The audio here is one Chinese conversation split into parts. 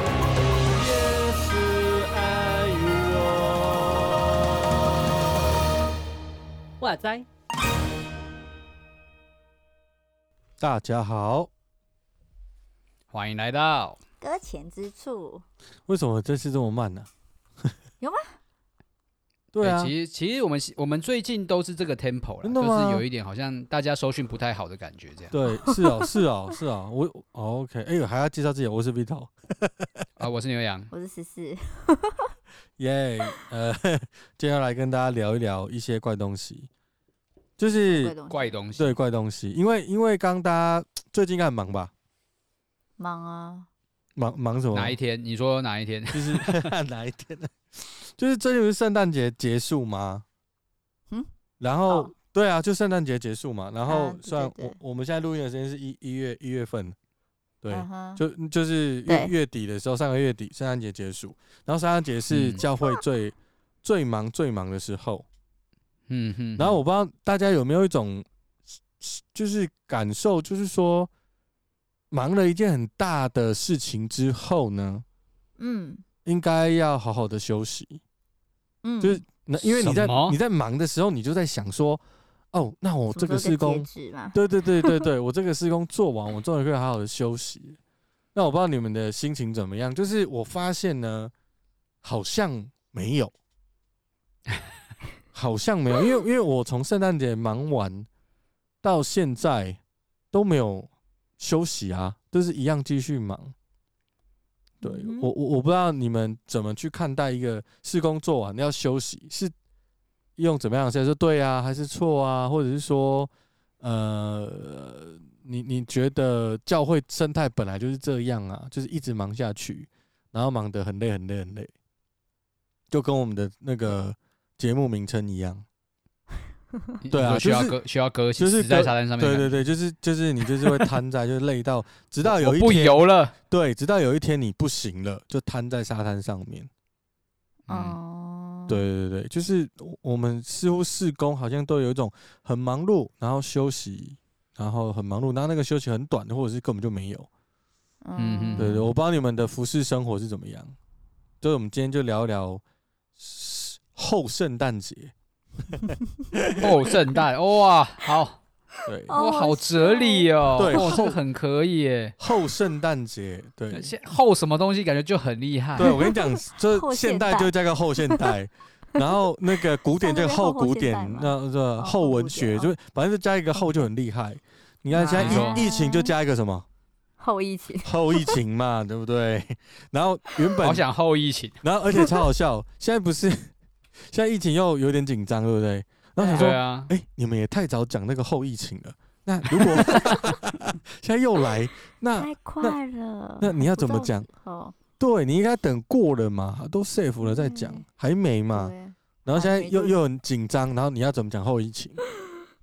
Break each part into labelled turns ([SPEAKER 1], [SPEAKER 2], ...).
[SPEAKER 1] 也是爱我。哇塞！
[SPEAKER 2] 大家好，
[SPEAKER 1] 欢迎来到
[SPEAKER 3] 搁浅之处，
[SPEAKER 2] 为什么这次这么慢呢、
[SPEAKER 3] 有吗？
[SPEAKER 2] 对啊，
[SPEAKER 1] 哎其实其实我们我们最近都是这个 tempo 了，
[SPEAKER 2] 真的
[SPEAKER 1] 就
[SPEAKER 2] 吗
[SPEAKER 1] 是有一点好像大家收讯不太好的感觉这样。
[SPEAKER 2] 对，是哦，是哦，是哦，我哦 OK，哎、呦，还要介绍自己，我是 Vito，
[SPEAKER 1] 啊，我是牛羊，
[SPEAKER 3] 我是十四，
[SPEAKER 2] 耶呃，接下来跟大家聊一聊一些怪东西，就
[SPEAKER 3] 贵
[SPEAKER 2] 是
[SPEAKER 3] 东西
[SPEAKER 1] 怪东西。
[SPEAKER 2] 对怪东西，因为因为刚大家最近应该很忙吧，
[SPEAKER 3] 忙啊，
[SPEAKER 2] 忙忙什么？
[SPEAKER 1] 哪一天？你说哪一天？
[SPEAKER 2] 就是 哪一天呢？就是这就是圣诞节结束吗？
[SPEAKER 3] 嗯，
[SPEAKER 2] 然后、
[SPEAKER 3] 哦
[SPEAKER 2] 对啊，就圣诞节结束嘛。然后
[SPEAKER 3] 啊对
[SPEAKER 2] 虽然
[SPEAKER 3] 对对啊
[SPEAKER 2] 我我们现在录音的时间是一一月一月份，对，
[SPEAKER 3] 嗯哼
[SPEAKER 2] 就就是月
[SPEAKER 3] 对
[SPEAKER 2] 月底的时候，上个月底圣诞节结束，然后圣诞节是
[SPEAKER 1] 嗯
[SPEAKER 2] 教会最、最忙最忙的时候。
[SPEAKER 1] 嗯哼。
[SPEAKER 2] 然后我不知道大家有没有一种就是感受，就是说忙了一件很大的事情之后呢，
[SPEAKER 3] 嗯
[SPEAKER 2] 应该要好好的休息。
[SPEAKER 3] 嗯，
[SPEAKER 2] 就是那因为你在
[SPEAKER 1] 什么
[SPEAKER 2] 你在忙的时候，你就在想说，哦，那我这
[SPEAKER 3] 什么
[SPEAKER 2] 个
[SPEAKER 3] 时
[SPEAKER 2] 施
[SPEAKER 3] 候可以
[SPEAKER 2] 工，
[SPEAKER 3] 截止嘛，
[SPEAKER 2] 对对对对对，我这个施工做完，我终于可以好好的休息。那我不知道你们的心情怎么样，就是我发现呢，好像没有，好像没有，因为因为我从圣诞节忙完到现在都没有休息啊，就是一样继续忙。对
[SPEAKER 3] 嗯哼
[SPEAKER 2] 我我我不知道你们怎么去看待一个施工做完要休息，是用怎么样先说对啊，还是错啊，或者是说呃，你你觉得教会生态本来就是这样啊，就是一直忙下去，然后忙得很累很累很累，就跟我们的那个节目名称一样。
[SPEAKER 1] 你
[SPEAKER 2] 对啊
[SPEAKER 1] 你说需要
[SPEAKER 2] 就是
[SPEAKER 1] 割需要割，
[SPEAKER 2] 就是
[SPEAKER 1] 死在
[SPEAKER 2] 割
[SPEAKER 1] 沙滩上面
[SPEAKER 2] 对
[SPEAKER 1] 的感觉。
[SPEAKER 2] 对对，就是就是你就是会瘫在，就是累 到，直到有
[SPEAKER 1] 我
[SPEAKER 2] 一
[SPEAKER 1] 不
[SPEAKER 2] 天，
[SPEAKER 1] 游了。
[SPEAKER 2] 对，直到有一天你不行了，就瘫在沙滩上面。
[SPEAKER 1] 嗯，
[SPEAKER 3] 哦，
[SPEAKER 2] 对，对对对，就是我我们似乎事工好像都有一种很忙碌，然后休息，然后很忙碌，然后那个休息很短，或者是根本就没有。
[SPEAKER 1] 嗯嗯
[SPEAKER 2] 对对，我不知道你们的服饰生活是怎么样，所以我们今天就聊一聊后圣诞节。
[SPEAKER 1] 后嗯哦圣诞哇，好
[SPEAKER 2] 对，
[SPEAKER 3] 哦
[SPEAKER 1] 哇，好哲理哦。
[SPEAKER 2] 对
[SPEAKER 1] 哦这
[SPEAKER 2] 后
[SPEAKER 1] 个很可以耶。
[SPEAKER 2] 后圣诞节，对
[SPEAKER 1] 现后什么东西感觉就很厉害。
[SPEAKER 2] 对，我跟你 讲，这
[SPEAKER 3] 啊后
[SPEAKER 2] 现
[SPEAKER 3] 现
[SPEAKER 2] 代
[SPEAKER 3] 代
[SPEAKER 2] 就加个后现 代，然后那个古典就后古典
[SPEAKER 3] 上面，会
[SPEAKER 2] 那这后
[SPEAKER 3] 后古
[SPEAKER 2] 文
[SPEAKER 3] 典
[SPEAKER 2] 学，
[SPEAKER 3] 哦
[SPEAKER 2] 就是反正就加一个后就很厉害。你看现在
[SPEAKER 1] 啊
[SPEAKER 2] 疫疫情就加一个什么
[SPEAKER 3] 后疫情，
[SPEAKER 2] 后疫情嘛，对不对？ 然后原本
[SPEAKER 1] 好想后疫情。
[SPEAKER 2] 然后而且超好笑，现在不是现在疫情又有点紧张，对不对？然后想说
[SPEAKER 1] 对，啊，
[SPEAKER 2] 哎、你们也太早讲那个后疫情了。那如果 现在又来，那
[SPEAKER 3] 太快了，
[SPEAKER 2] 那你要怎么
[SPEAKER 3] 不到
[SPEAKER 2] 讲
[SPEAKER 3] 时候？
[SPEAKER 2] 对你应该等过了嘛，都 safe 了再讲
[SPEAKER 3] 对，
[SPEAKER 2] 还没嘛。
[SPEAKER 3] 对，
[SPEAKER 2] 然后现在
[SPEAKER 3] 哦还没
[SPEAKER 2] 又
[SPEAKER 3] 就
[SPEAKER 2] 又很紧张，然后你要怎么讲后疫情？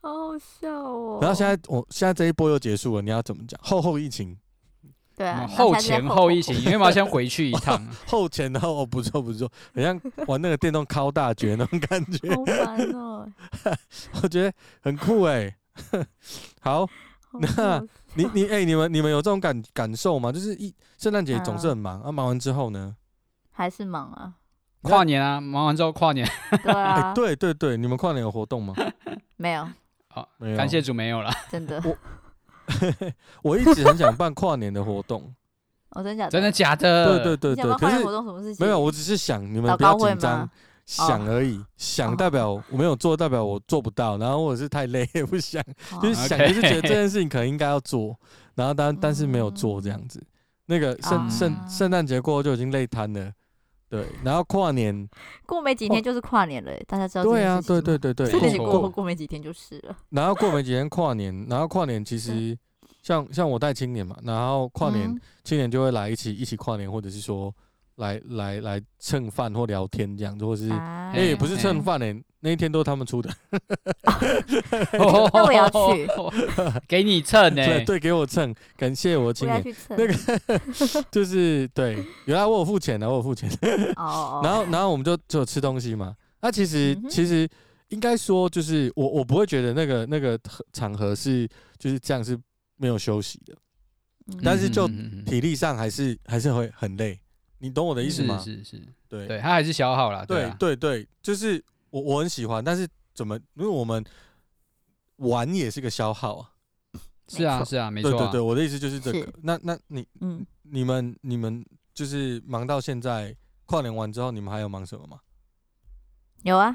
[SPEAKER 3] 好好笑哦。
[SPEAKER 2] 然后现在我现在这一波又结束了，你要怎么讲后后疫 情？
[SPEAKER 3] 对啊，
[SPEAKER 1] 嗯后
[SPEAKER 3] 然
[SPEAKER 1] 前
[SPEAKER 3] 才是
[SPEAKER 1] 后
[SPEAKER 3] 后
[SPEAKER 1] 疫情，因为嘛想回去一 趟。
[SPEAKER 2] 后前后哦，不错不错，很像玩那个电动敲大绝那种感觉，
[SPEAKER 3] 好烦 哦。
[SPEAKER 2] 我觉得很酷哎、 好，
[SPEAKER 3] 好
[SPEAKER 2] 那
[SPEAKER 3] 好
[SPEAKER 2] 你你哎、你们你们有这种感感受吗？就是一圣诞节总是很
[SPEAKER 3] 嗯
[SPEAKER 2] 忙，啊忙完之后呢？
[SPEAKER 3] 还是忙啊，
[SPEAKER 1] 跨年啊，忙完之后跨年，
[SPEAKER 3] 对
[SPEAKER 2] 哎、
[SPEAKER 3] 啊，
[SPEAKER 2] 对对对，你们跨年有活动 吗？
[SPEAKER 3] 没有，
[SPEAKER 2] 没有
[SPEAKER 1] 感谢主没有了，
[SPEAKER 3] 真的，
[SPEAKER 2] 我一直很想办跨年的活 动，
[SPEAKER 3] 我真假
[SPEAKER 1] 真的假的？
[SPEAKER 2] 对对对
[SPEAKER 3] 呃你想
[SPEAKER 2] 对，
[SPEAKER 3] 要
[SPEAKER 2] 可
[SPEAKER 3] 跨
[SPEAKER 2] 是
[SPEAKER 3] 年活动什么事情？
[SPEAKER 2] 没有，我只是想你们
[SPEAKER 3] 祷
[SPEAKER 2] 不要
[SPEAKER 3] 告会
[SPEAKER 2] 紧张
[SPEAKER 3] 吗，？
[SPEAKER 2] 想而已，
[SPEAKER 3] 哦
[SPEAKER 2] 想代表我没有做，代表我做不到，然后或者是太累也不想，
[SPEAKER 3] 哦
[SPEAKER 2] 就是想
[SPEAKER 1] OK
[SPEAKER 2] 就是觉得这件事情可能应该要做，然后但但是没有做这样子。
[SPEAKER 3] 嗯
[SPEAKER 2] 那个圣
[SPEAKER 3] 啊
[SPEAKER 2] 圣圣诞节过后就已经累瘫了，对，然后跨年，
[SPEAKER 3] 过没几天就是跨年了，大家知道这
[SPEAKER 2] 哦对
[SPEAKER 3] 件
[SPEAKER 2] 啊，
[SPEAKER 3] 事情
[SPEAKER 2] 对
[SPEAKER 3] 吗。
[SPEAKER 2] 对对对，
[SPEAKER 3] 圣诞
[SPEAKER 1] 对
[SPEAKER 3] 节
[SPEAKER 1] 没
[SPEAKER 3] 过后
[SPEAKER 1] 错
[SPEAKER 2] 过
[SPEAKER 3] 过没几天就是了。
[SPEAKER 2] 然后过没几天跨年，然后跨年其实像像我带青年嘛，然后跨年
[SPEAKER 3] 嗯
[SPEAKER 2] 青年就会来一起一起跨年，或者是说来来来蹭饭或聊天这样子，或者是
[SPEAKER 3] 啊
[SPEAKER 2] 哎、不是蹭饭哎，那一天都是他们出的。
[SPEAKER 3] 那我也要
[SPEAKER 1] 去， 给你蹭欸呢。
[SPEAKER 2] 对对，给我蹭，感谢我
[SPEAKER 3] 不
[SPEAKER 2] 青
[SPEAKER 3] 要
[SPEAKER 2] 年，
[SPEAKER 3] 去蹭
[SPEAKER 2] 那就是对，原来我有付钱的，我有付钱。啊
[SPEAKER 3] 哦，
[SPEAKER 2] 然后然后我们就就有吃东西嘛。那、其实、
[SPEAKER 3] 嗯哼
[SPEAKER 2] 其实应该说就是我我不会觉得那个那个场合是就是这样是没有休息的，
[SPEAKER 3] 嗯
[SPEAKER 2] 但是就
[SPEAKER 1] 嗯嗯嗯嗯
[SPEAKER 2] 体力上还是还是会很累，你懂我的意思吗？
[SPEAKER 1] 是是是，
[SPEAKER 2] 对
[SPEAKER 1] 对他还是消耗啦，
[SPEAKER 2] 对
[SPEAKER 1] 啊，
[SPEAKER 2] 对对，就是我我很喜欢，但是怎么因为我们玩也是个消耗啊，
[SPEAKER 1] 是啊
[SPEAKER 3] 没错
[SPEAKER 1] 是啊，没
[SPEAKER 2] 对
[SPEAKER 1] 错
[SPEAKER 2] 对
[SPEAKER 1] 啊
[SPEAKER 2] 对，，我的意思就是这个
[SPEAKER 3] 是。
[SPEAKER 2] 那那你
[SPEAKER 3] 嗯，
[SPEAKER 2] 你们你们就是忙到现在，跨年完之后，你们还有忙什么吗？
[SPEAKER 3] 有啊，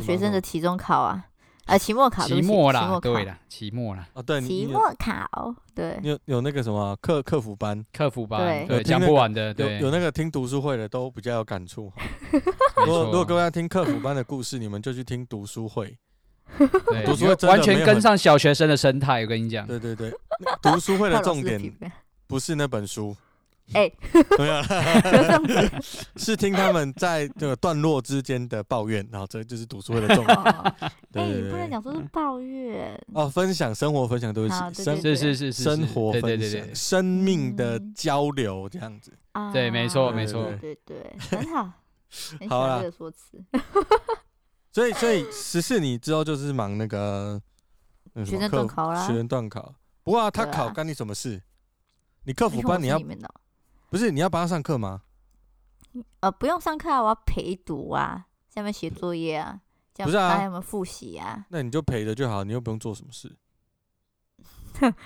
[SPEAKER 2] 你忙
[SPEAKER 3] 学
[SPEAKER 2] 什
[SPEAKER 3] 生
[SPEAKER 2] 么
[SPEAKER 3] 的期中考啊，啊，期末考，对
[SPEAKER 1] 期
[SPEAKER 3] 不起
[SPEAKER 1] 末
[SPEAKER 3] 期
[SPEAKER 1] 啦，
[SPEAKER 3] 末
[SPEAKER 1] 对
[SPEAKER 3] 考，
[SPEAKER 1] 啦，期末啦，
[SPEAKER 2] 啊，对，你
[SPEAKER 3] 期
[SPEAKER 2] 你有
[SPEAKER 3] 末考，对
[SPEAKER 2] 你有有那个什么客客服班，
[SPEAKER 1] 客服班
[SPEAKER 3] 对
[SPEAKER 2] 有
[SPEAKER 1] 对
[SPEAKER 2] 听
[SPEAKER 1] 讲
[SPEAKER 2] 那
[SPEAKER 1] 不
[SPEAKER 2] 个
[SPEAKER 1] 完的，
[SPEAKER 2] 有
[SPEAKER 1] 对，
[SPEAKER 2] 有那个听读书会的都比较有感触哈。
[SPEAKER 1] 没
[SPEAKER 2] 如
[SPEAKER 1] 错
[SPEAKER 2] 果如果各位要听客服班的故事，你们就去听读书会。
[SPEAKER 1] 对
[SPEAKER 2] 读书
[SPEAKER 1] 因为
[SPEAKER 2] 真的
[SPEAKER 1] 完
[SPEAKER 2] 没
[SPEAKER 1] 全
[SPEAKER 2] 有
[SPEAKER 1] 跟
[SPEAKER 2] 很
[SPEAKER 1] 上小学生的生态，我跟你讲，
[SPEAKER 2] 对对对， 那读书会的
[SPEAKER 3] 怕老师
[SPEAKER 2] 重
[SPEAKER 3] 疲
[SPEAKER 2] 点
[SPEAKER 3] 惫
[SPEAKER 2] 不是那本书，
[SPEAKER 3] 哎，
[SPEAKER 2] 没有啦，
[SPEAKER 3] 就这样子
[SPEAKER 2] 是听他们在这个段落之间的抱怨，然后这就是读书会的重点。
[SPEAKER 3] 哦。哎，
[SPEAKER 2] 对对
[SPEAKER 3] 你不
[SPEAKER 2] 对嗯对，
[SPEAKER 3] 能讲说是抱怨，
[SPEAKER 2] 哦，分享生活分享都
[SPEAKER 3] 好
[SPEAKER 2] 是
[SPEAKER 3] 对
[SPEAKER 2] 生
[SPEAKER 3] 对
[SPEAKER 1] 是是是是是
[SPEAKER 2] 生活
[SPEAKER 1] 对对
[SPEAKER 2] 分
[SPEAKER 1] 对对
[SPEAKER 2] 享、，生命的
[SPEAKER 3] 嗯
[SPEAKER 2] 交流这样子。
[SPEAKER 3] 啊，
[SPEAKER 1] 对没错
[SPEAKER 2] 没错
[SPEAKER 3] 对对对，很好，很喜
[SPEAKER 2] 好啦
[SPEAKER 3] 欢这个说辞。
[SPEAKER 2] 所以，所以十四你之后就是忙那个那个什么
[SPEAKER 3] 学生
[SPEAKER 2] 客
[SPEAKER 3] 段考啦
[SPEAKER 2] 学生段考。不过、啊、他
[SPEAKER 3] 对啊
[SPEAKER 2] 考干你什么事？你客服
[SPEAKER 3] 因为我
[SPEAKER 2] 班你
[SPEAKER 3] 是
[SPEAKER 2] 要
[SPEAKER 3] 你们的哦
[SPEAKER 2] 不是你要帮他上课吗？
[SPEAKER 3] 呃，不用上课啊，我要陪读啊，下面写作业啊，这样
[SPEAKER 2] 不是啊
[SPEAKER 3] 大家有没有复习啊？
[SPEAKER 2] 那你就陪着就好，你又不用做什么事。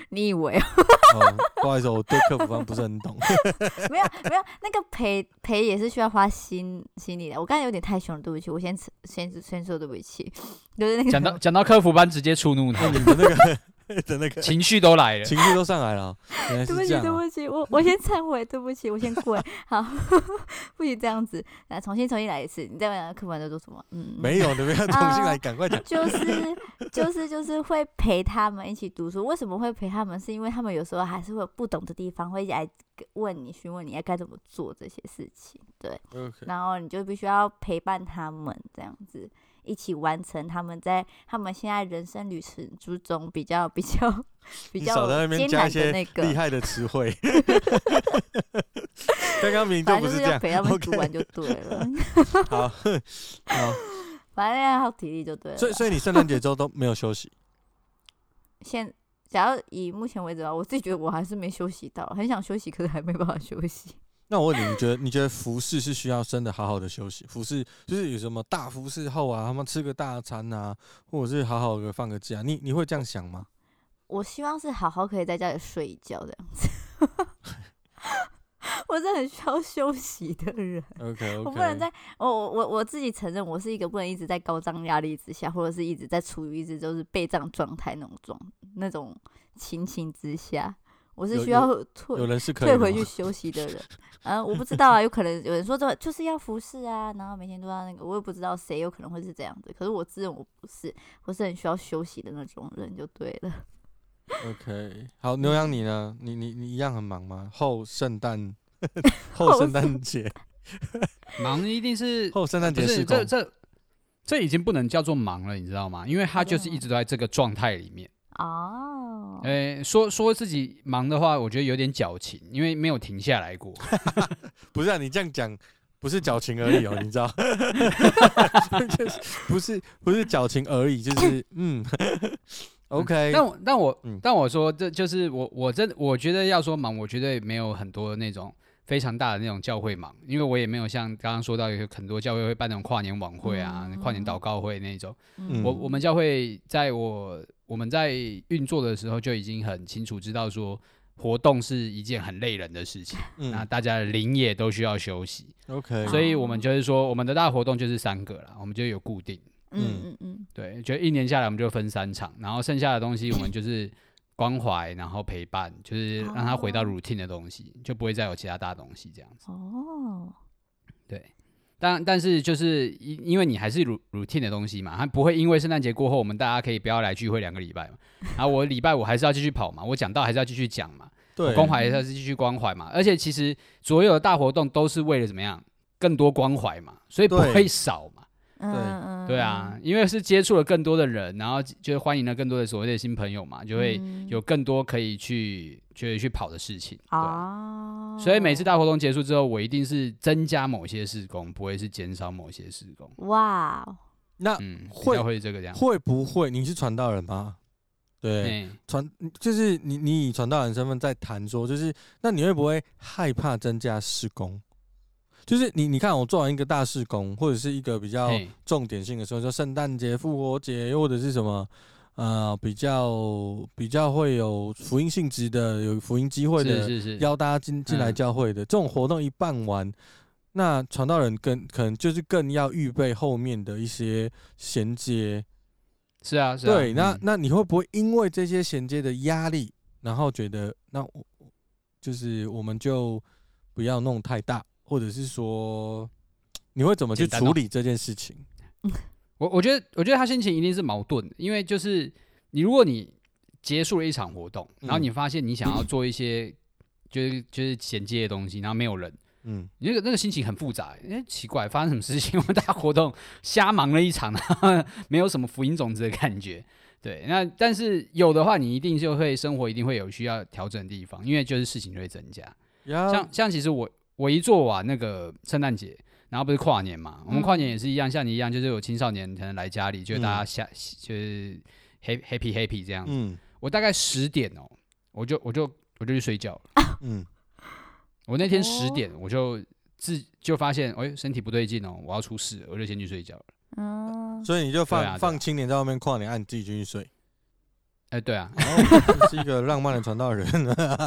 [SPEAKER 3] 你以为啊
[SPEAKER 2] 哦，不好意思，我对客服班不是很懂。
[SPEAKER 3] 没有没有，那个陪陪也是需要花心心力的。我刚才有点太凶了，对不起，我先先先说对不起，就是那个
[SPEAKER 1] 讲 到讲到客服班，直接触怒
[SPEAKER 2] 那
[SPEAKER 1] 他，
[SPEAKER 2] 你的那个的那个
[SPEAKER 1] 情绪都来了。
[SPEAKER 2] 情绪都上来了哦，原来
[SPEAKER 3] 对
[SPEAKER 2] 是
[SPEAKER 3] 不
[SPEAKER 2] 这
[SPEAKER 3] 起，
[SPEAKER 2] 样
[SPEAKER 3] 对
[SPEAKER 2] 哦、
[SPEAKER 3] 不起，我我先忏悔，对不起，我先跪。好， 不许这样子，来重新重新来一次。你再问讲课本在做什么？嗯，嗯
[SPEAKER 2] 没有，你们要重新
[SPEAKER 3] 啊
[SPEAKER 2] 来，赶快讲。
[SPEAKER 3] 就是就是就是会陪他们一起读书。为什么会陪他们？是因为他们有时候还是会有不懂的地方，会来问你、询问你要该怎么做这些事情。对，
[SPEAKER 2] OK，
[SPEAKER 3] 然后你就必须要陪伴他们，这样子一起完成他们在他们现在人生旅程之中比较比较 比
[SPEAKER 2] 你少
[SPEAKER 3] 较
[SPEAKER 2] 在那边
[SPEAKER 3] 艰
[SPEAKER 2] 加一
[SPEAKER 3] 难
[SPEAKER 2] 些
[SPEAKER 3] 的那个。
[SPEAKER 2] 厉害的词 汇。刚刚明明
[SPEAKER 3] 反
[SPEAKER 2] 不
[SPEAKER 3] 正就是
[SPEAKER 2] 这
[SPEAKER 3] 要
[SPEAKER 2] 样。
[SPEAKER 3] 陪他们读
[SPEAKER 2] OK，
[SPEAKER 3] 完就对 了，
[SPEAKER 2] 好，好。
[SPEAKER 3] 反正要有体力就对了。
[SPEAKER 2] 所以，所以你圣诞节之后都没有休息，
[SPEAKER 3] 现假如以目前为止啊，我自己觉得我还是没休息到，很想休息，可是还没办法休息。
[SPEAKER 2] 那我问你，你觉得你觉得服饰是需要真的好好的休息？服饰就是有什么大服饰后啊，他们吃个大餐啊，或者是好好的放个假，你你会这样想吗？
[SPEAKER 3] 我希望是好好可以在家里睡一觉这样子。我是很需要休息的人
[SPEAKER 2] OK OK，
[SPEAKER 3] 我不能在我我我我自己承认，我是一个不能一直在高张压力之下，或者是一直在处于一直就是备战状态那种状那种情形之下，我
[SPEAKER 2] 有
[SPEAKER 3] 是需
[SPEAKER 2] 有
[SPEAKER 3] 要退
[SPEAKER 2] 有人是可以
[SPEAKER 3] 退
[SPEAKER 2] 的
[SPEAKER 3] 回
[SPEAKER 2] 吗
[SPEAKER 3] 去休息的人。嗯，我不知道啊，有可能有人说这个就是要服侍啊，然后每天都要那个，我也不知道谁有可能会是这样子。可是我自认我不是，我是很需要休息的那种人，就对了。
[SPEAKER 2] OK，好，牛羊你呢？你你你一样很忙吗？后圣 诞
[SPEAKER 3] 后
[SPEAKER 2] 后圣
[SPEAKER 3] 圣
[SPEAKER 2] 诞节
[SPEAKER 1] 忙一定是
[SPEAKER 2] 后圣诞
[SPEAKER 1] 不
[SPEAKER 2] 节
[SPEAKER 1] 是
[SPEAKER 2] 是
[SPEAKER 1] 这这这已经不能叫做忙了，你知道吗？因为他就是一直都在这个状态里面。
[SPEAKER 3] 哦，
[SPEAKER 1] 诶，说说自己忙的话，我觉得有点矫情，因为没有停下来 过。
[SPEAKER 2] 不是啊？你这样讲不是矫情而 已哦，你知道？ 就是不是不是矫情而 已，就是嗯，OK，
[SPEAKER 1] 但我但我、
[SPEAKER 2] 嗯
[SPEAKER 1] 但我说，这就是我我真我觉得要说忙，我绝对没有很多那种非常大的那种教会忙，因为我也没有像刚刚说到有很多教会会办那种跨年晚会啊、
[SPEAKER 3] 嗯
[SPEAKER 1] 跨年祷告会那种。
[SPEAKER 2] 嗯
[SPEAKER 1] 我我们教会在我我们在运作的时候就已经很清楚知道说。活动是一件很累人的事情，那
[SPEAKER 2] 嗯啊
[SPEAKER 1] 大家的灵也都需要休息，
[SPEAKER 2] ，OK，
[SPEAKER 1] 所以我们就是说，我们的大活动就是三个啦，我们就有固定，
[SPEAKER 3] 嗯嗯嗯，
[SPEAKER 1] 对，就一年下来我们就分三场，然后剩下的东西我们就是关怀，然后陪伴，就是让他回到
[SPEAKER 3] 哦
[SPEAKER 1] routine 的东西，就不会再有其他大东西这样子。
[SPEAKER 3] 哦，
[SPEAKER 1] 对，但但是就是因因为你还是 ru- routine 的东西嘛，它不会因为圣诞节过后我们大家可以不要来聚会两个礼拜嘛，然后我礼拜五还是要继续跑嘛，我讲到还是要继续讲嘛，
[SPEAKER 2] 对，
[SPEAKER 1] 关怀还是要继续关怀嘛，而且其实所有的大活动都是为了怎么样，更多关怀嘛，所以不
[SPEAKER 2] 对
[SPEAKER 1] 会少嘛。
[SPEAKER 3] 嗯
[SPEAKER 2] 对
[SPEAKER 3] 嗯嗯，
[SPEAKER 1] 对啊，因为是接触了更多的人，然后就欢迎了更多的所谓的新朋友嘛，就会
[SPEAKER 3] 嗯
[SPEAKER 1] 有更多可以去去去跑的事情。对啊，
[SPEAKER 3] 啊，
[SPEAKER 1] 所以每次大活动结束之后，我一定是增加某些事工，不会是减少某些事工。
[SPEAKER 3] 哇哦，
[SPEAKER 2] 那
[SPEAKER 1] 嗯，比
[SPEAKER 2] 会
[SPEAKER 1] 较会这个这样。
[SPEAKER 2] 会不会你是传道人吗？对，
[SPEAKER 1] 嗯
[SPEAKER 2] 传就是你你以传道人身份在谈说，就是那你会不会害怕增加施工？就是你你看我做完一个大施工，或者是一个比较
[SPEAKER 1] 嘿
[SPEAKER 2] 重点性的时候，就圣诞节、复活节，又或者是什么，呃，比较比较会有福音性质的，有福音机会的，
[SPEAKER 1] 是是是，
[SPEAKER 2] 邀大家进进来
[SPEAKER 1] 嗯
[SPEAKER 2] 教会的、这种活动一办完，那传道人更可能就是更要预备后面的一些衔接。
[SPEAKER 1] 是啊是啊。
[SPEAKER 2] 对，那、
[SPEAKER 1] 嗯
[SPEAKER 2] 那你会不会因为这些衔接的压力，然后觉得那我就是我们就不要弄太大，或者是说你会怎么去
[SPEAKER 1] 简单哦
[SPEAKER 2] 处理这件事情？
[SPEAKER 1] 我我觉得我觉得他心情一定是矛盾的，因为就是你如果你结束了一场活动，然后
[SPEAKER 2] 嗯
[SPEAKER 1] 你发现你想要做一些就是就是衔接的东西，然后没有人。
[SPEAKER 2] 嗯，
[SPEAKER 1] 你那个那个心情很复杂，哎、奇怪，发生什么事情？我们 大家活动瞎忙了一场， 然后没有什么福音种子的感觉。对，那但是有的话，你一定就会生活一定会有需要调整的地方，因为就是事情就会增加。
[SPEAKER 2] 呀
[SPEAKER 1] 像像其实我我一做完那个圣诞节，然后不是跨年嘛，我们跨
[SPEAKER 3] 嗯
[SPEAKER 1] 年也是一样，像你一样，就是有青少年可能来家里，就是大
[SPEAKER 2] 嗯
[SPEAKER 1] 家下、就是 happy happy happy 这样子。
[SPEAKER 2] 嗯
[SPEAKER 1] 我大概十点哦，我就我就我就去睡觉了。
[SPEAKER 2] 嗯，
[SPEAKER 1] 我那天
[SPEAKER 3] 哦
[SPEAKER 1] 十点我就自就发现，哎、身体不对劲哦，我要出事了，我就先去睡觉了。
[SPEAKER 3] 嗯，
[SPEAKER 2] 所以你就放、
[SPEAKER 1] 对啊对啊
[SPEAKER 2] 放青年在外面跨年，按自己进去睡。
[SPEAKER 1] 哎、对啊，
[SPEAKER 2] 哦，真是一个浪漫的传道人。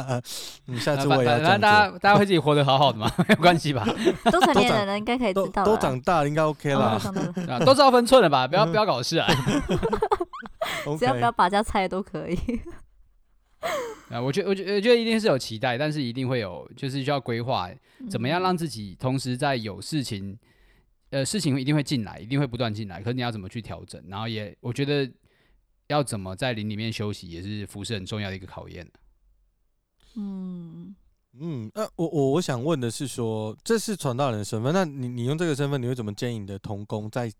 [SPEAKER 2] 你下次
[SPEAKER 1] 反
[SPEAKER 2] 我也要
[SPEAKER 1] 反反
[SPEAKER 2] 这
[SPEAKER 1] 正大家
[SPEAKER 2] 样做
[SPEAKER 1] 大家会自己活得好好的嘛， 没有关系吧？
[SPEAKER 3] 都成年
[SPEAKER 2] 长
[SPEAKER 3] 人了，应该可以
[SPEAKER 2] 都
[SPEAKER 3] 知道
[SPEAKER 2] 都
[SPEAKER 3] 了啊
[SPEAKER 2] 长大了，应该 OK
[SPEAKER 3] 哦
[SPEAKER 2] 啦
[SPEAKER 3] 都。长大了
[SPEAKER 1] 对啊，都知道分寸了吧？不要不要搞事 啊！
[SPEAKER 3] 只要不
[SPEAKER 2] OK，
[SPEAKER 3] 要把家拆了都 可以。
[SPEAKER 1] 啊，我觉得我觉得我觉得一定是有期待，但是一定会有就是需要规划，怎么样让自己同时在有事情，呃，事情一定会进来，一定会不断进来，可是你要怎么去调整？然后也我觉得要怎么在林里面休息，也是服饰很重要的一个考验。啊
[SPEAKER 3] 嗯，
[SPEAKER 2] 嗯，那、我我我想问的是说，这是传道人的身份，那你你用这个身份，你会怎么建议你的童工在？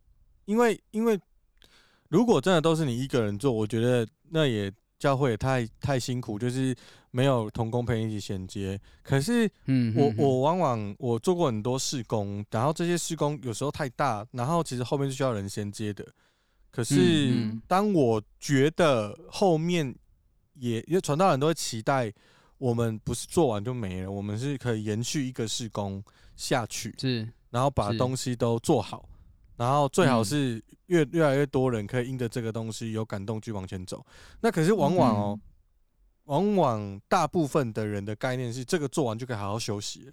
[SPEAKER 2] 因为因为如果真的都是你一个人做，我觉得那也教会也太太辛苦，就是没有童工陪你一起衔接。可是
[SPEAKER 1] 嗯，
[SPEAKER 2] 我
[SPEAKER 1] 嗯嗯
[SPEAKER 2] 我往往我做过很多试工，然后这些试工有时候太大，然后其实后面是需要人衔接的。可是、
[SPEAKER 1] 嗯
[SPEAKER 2] 当我觉得后面也因为传道人都会期待我们不是做完就没了，我们是可以延续一个事工下去，
[SPEAKER 1] 是
[SPEAKER 2] 然后把
[SPEAKER 1] 是
[SPEAKER 2] 东西都做好，然后最好
[SPEAKER 1] 嗯
[SPEAKER 2] 是越越来越多人可以因着这个东西有感动去往前走。那可是往往
[SPEAKER 1] 嗯
[SPEAKER 2] 哦，往往大部分的人的概念是这个做完就可以好好休息了，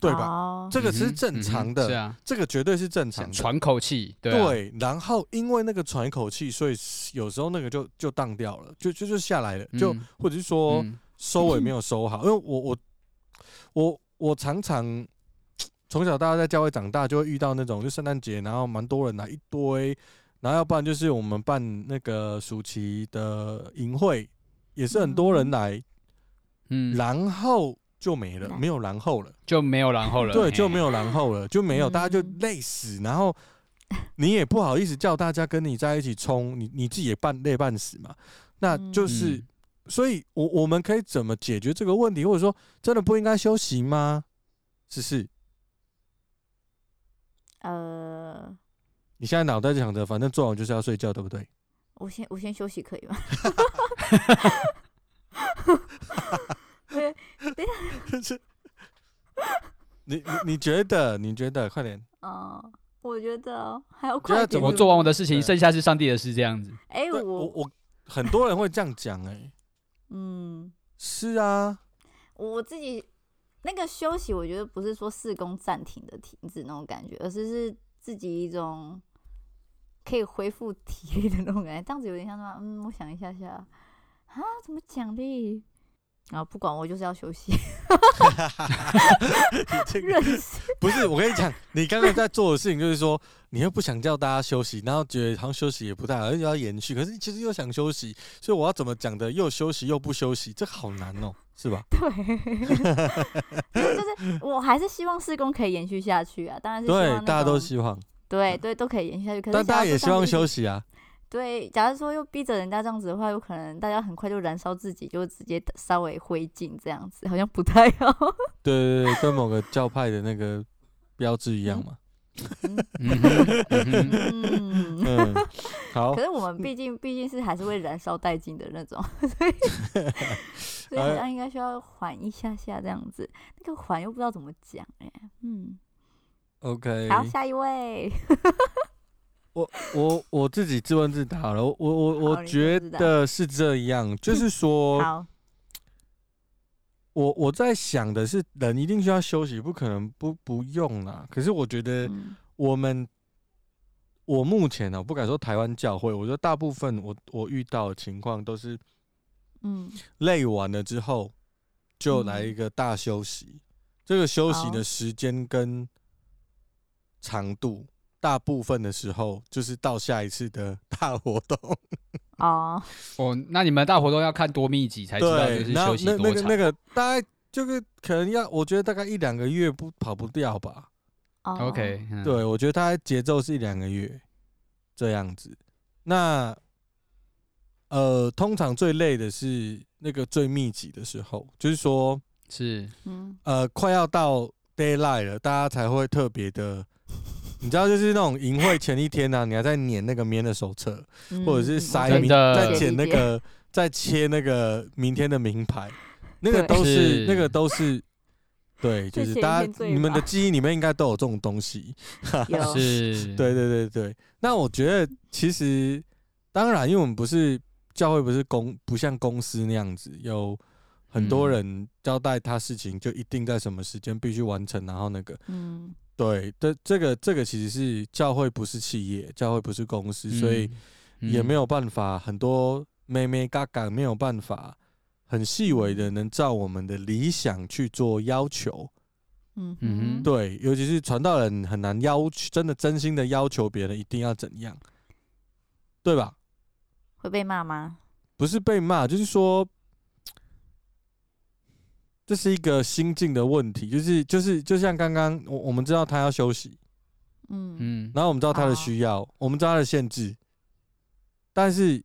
[SPEAKER 2] 对吧？
[SPEAKER 3] 吧
[SPEAKER 2] 这个
[SPEAKER 1] 嗯
[SPEAKER 2] 是
[SPEAKER 1] 哼嗯
[SPEAKER 2] 正
[SPEAKER 1] 哼
[SPEAKER 2] 常的
[SPEAKER 1] 是啊，
[SPEAKER 2] 这个绝对是正常
[SPEAKER 1] 想
[SPEAKER 2] 的。
[SPEAKER 1] 喘口气，对啊
[SPEAKER 2] 对，然后因为那个喘一口气，所以有时候那个就就荡掉了，就就就下来了，就、
[SPEAKER 1] 嗯
[SPEAKER 2] 或者是说
[SPEAKER 1] 嗯
[SPEAKER 2] 收尾没有收好，因为 我我我我常常从小到大在教会长大，就会遇到那种就圣诞节，然后蛮多人来一堆，然后要不然就是我们办那个暑期的营会，也是很多人来，
[SPEAKER 1] 嗯，
[SPEAKER 2] 然后就没了，没有然后了。
[SPEAKER 1] 就没有然后了，
[SPEAKER 2] 对，
[SPEAKER 1] 嘿
[SPEAKER 2] 就没有然后了，就没有，大家就
[SPEAKER 3] 嗯
[SPEAKER 2] 累死，然后你也不好意思叫大家跟你在一起冲，你你自己也半累半死嘛，那就是，
[SPEAKER 1] 嗯
[SPEAKER 2] 所以我我们可以怎么解决这个问题，或者说真的不应该休息吗？只是
[SPEAKER 3] 呃，
[SPEAKER 2] 你现在脑袋就想着，反正做完就是要睡觉，对不对？
[SPEAKER 3] 我先我先休息可以吗？对，
[SPEAKER 2] 就是你你你觉得？你觉得？快点，
[SPEAKER 3] 嗯，我觉得还要
[SPEAKER 2] 觉
[SPEAKER 3] 快
[SPEAKER 2] 得怎
[SPEAKER 3] 点。
[SPEAKER 2] 么
[SPEAKER 1] 我做完我的事
[SPEAKER 2] 对
[SPEAKER 1] 情，剩下是上帝的事，这样子。
[SPEAKER 3] 哎，
[SPEAKER 2] 对我
[SPEAKER 3] 我
[SPEAKER 2] 我很多人会这样讲，哎，
[SPEAKER 3] 嗯，
[SPEAKER 2] 是啊，
[SPEAKER 3] 我自己那个休息，我觉得不是说事工暂停的停止那种感觉，而是是自己一种可以恢复体力的那种感觉。这样子有点像什么？嗯，我想一下下，啊，怎么奖励？啊，不管我就是要休息，
[SPEAKER 2] 你这个
[SPEAKER 3] 任性。
[SPEAKER 2] 不是，我跟你讲，你刚刚在做的事情就是说，你又不想叫大家休息，然后觉得好像休息也不太好，又要延续，可是其实又想休息，所以我要怎么讲的？又休息又不休息，这好难哦、是吧？
[SPEAKER 3] 对，就是我还是希望施工可以延续下去啊，当然是希望
[SPEAKER 2] 对
[SPEAKER 3] 那，种
[SPEAKER 2] 大家都希望，
[SPEAKER 3] 对对都可以延续下去，可是
[SPEAKER 2] 但大家也希望休
[SPEAKER 3] 息。
[SPEAKER 2] 息啊。
[SPEAKER 3] 对，假如说又逼着人家这样子的话，有可能大家很快就燃烧自己，就直接稍微灰烬这 样子，好像不太好。
[SPEAKER 2] 对对对，跟某个教派的那个标志一样嘛。
[SPEAKER 1] 嗯哼嗯哼
[SPEAKER 3] 嗯，
[SPEAKER 2] 嗯，好
[SPEAKER 3] 可，是我
[SPEAKER 2] 嗯
[SPEAKER 3] 们毕竟毕竟是还是会燃烧殆尽的那种， 所以所以
[SPEAKER 2] 呃
[SPEAKER 3] 好像应该需要缓一下下这样子。那个缓又不知道怎么讲哎、嗯，
[SPEAKER 2] OK，
[SPEAKER 3] 好，下一位，
[SPEAKER 2] 我我我自己自问自答了，我我我
[SPEAKER 3] 好
[SPEAKER 2] 我
[SPEAKER 3] 你
[SPEAKER 2] 觉
[SPEAKER 3] 自问自答
[SPEAKER 2] 得是这 样，就是说，
[SPEAKER 3] 好，
[SPEAKER 2] 我我在想的是，人一定需要休息，不可能不不用啦。可是我觉得
[SPEAKER 3] 嗯
[SPEAKER 2] 我们，我目前呢、我不敢说台湾教会，我觉得大部分我我遇到的情况都是
[SPEAKER 3] 嗯
[SPEAKER 2] 累完了之后就来一个大休息，这个休息
[SPEAKER 3] 好
[SPEAKER 2] 的时间跟长度，大部分的时候就是到下一次的大活 动。
[SPEAKER 3] 哦，
[SPEAKER 1] 哦，那你们大活动要看多密集才知道，就
[SPEAKER 2] 对，
[SPEAKER 1] 是
[SPEAKER 2] 然后
[SPEAKER 1] 休息
[SPEAKER 2] 那那
[SPEAKER 1] 多
[SPEAKER 2] 个
[SPEAKER 1] 长
[SPEAKER 2] 那。个大概就是可能要，我觉得大概一两个月不跑不掉吧。
[SPEAKER 3] 哦
[SPEAKER 1] OK，嗯，
[SPEAKER 2] 对，我觉得大概节奏是一两个月这样子。那呃，通常最累的是那个最密集的时候，就是说
[SPEAKER 1] 是
[SPEAKER 3] 嗯
[SPEAKER 2] 呃，快要到 d a y l i g h t 了，大家才会特别的。你知道，就是那种淫会前一天呢、啊，你还在粘那个棉的手册，
[SPEAKER 3] 嗯
[SPEAKER 2] 或者是塞
[SPEAKER 1] 真
[SPEAKER 2] 名，
[SPEAKER 1] 的
[SPEAKER 2] 再剪
[SPEAKER 3] 理
[SPEAKER 2] 那
[SPEAKER 3] 解
[SPEAKER 2] 个，再切那个明天的名牌，那个
[SPEAKER 3] 对
[SPEAKER 2] 都是
[SPEAKER 1] 是
[SPEAKER 2] 那个都是，对，就
[SPEAKER 3] 最
[SPEAKER 2] 是
[SPEAKER 3] 前一
[SPEAKER 2] 大
[SPEAKER 3] 天
[SPEAKER 2] 家
[SPEAKER 3] 最
[SPEAKER 2] 你们的
[SPEAKER 3] 忙
[SPEAKER 2] 记忆里面应该都有这种东西，
[SPEAKER 3] 有
[SPEAKER 1] 是，
[SPEAKER 2] 对对对对。那我觉得其实当然，因为我们不是教会，不是公，不像公司那样子有。很多
[SPEAKER 1] 嗯
[SPEAKER 2] 人交代他事情，就一定在什么时间必须完成，然后那个
[SPEAKER 3] 嗯
[SPEAKER 2] 对，这这个这个其实是教会不是企业，教会不是公司，所以
[SPEAKER 1] 嗯
[SPEAKER 2] 也没
[SPEAKER 1] 有
[SPEAKER 2] 有办法，很多妹妹嘎嘎没有办法很细微
[SPEAKER 1] 嗯
[SPEAKER 2] 的能照我们的理想去做要求。
[SPEAKER 3] 嗯
[SPEAKER 1] 嗯哼
[SPEAKER 3] 哼
[SPEAKER 2] 对，尤其是传道人很难要求，真的真心的要求别人一定要怎样，对吧？
[SPEAKER 3] 会被骂吗？
[SPEAKER 2] 不是被骂，就是说。这是一个心境的问题，就是就是就像刚刚我我们知道他要休息，
[SPEAKER 3] 嗯
[SPEAKER 1] 嗯，
[SPEAKER 2] 然后我们知道他的需要，我们知道他的限制，但是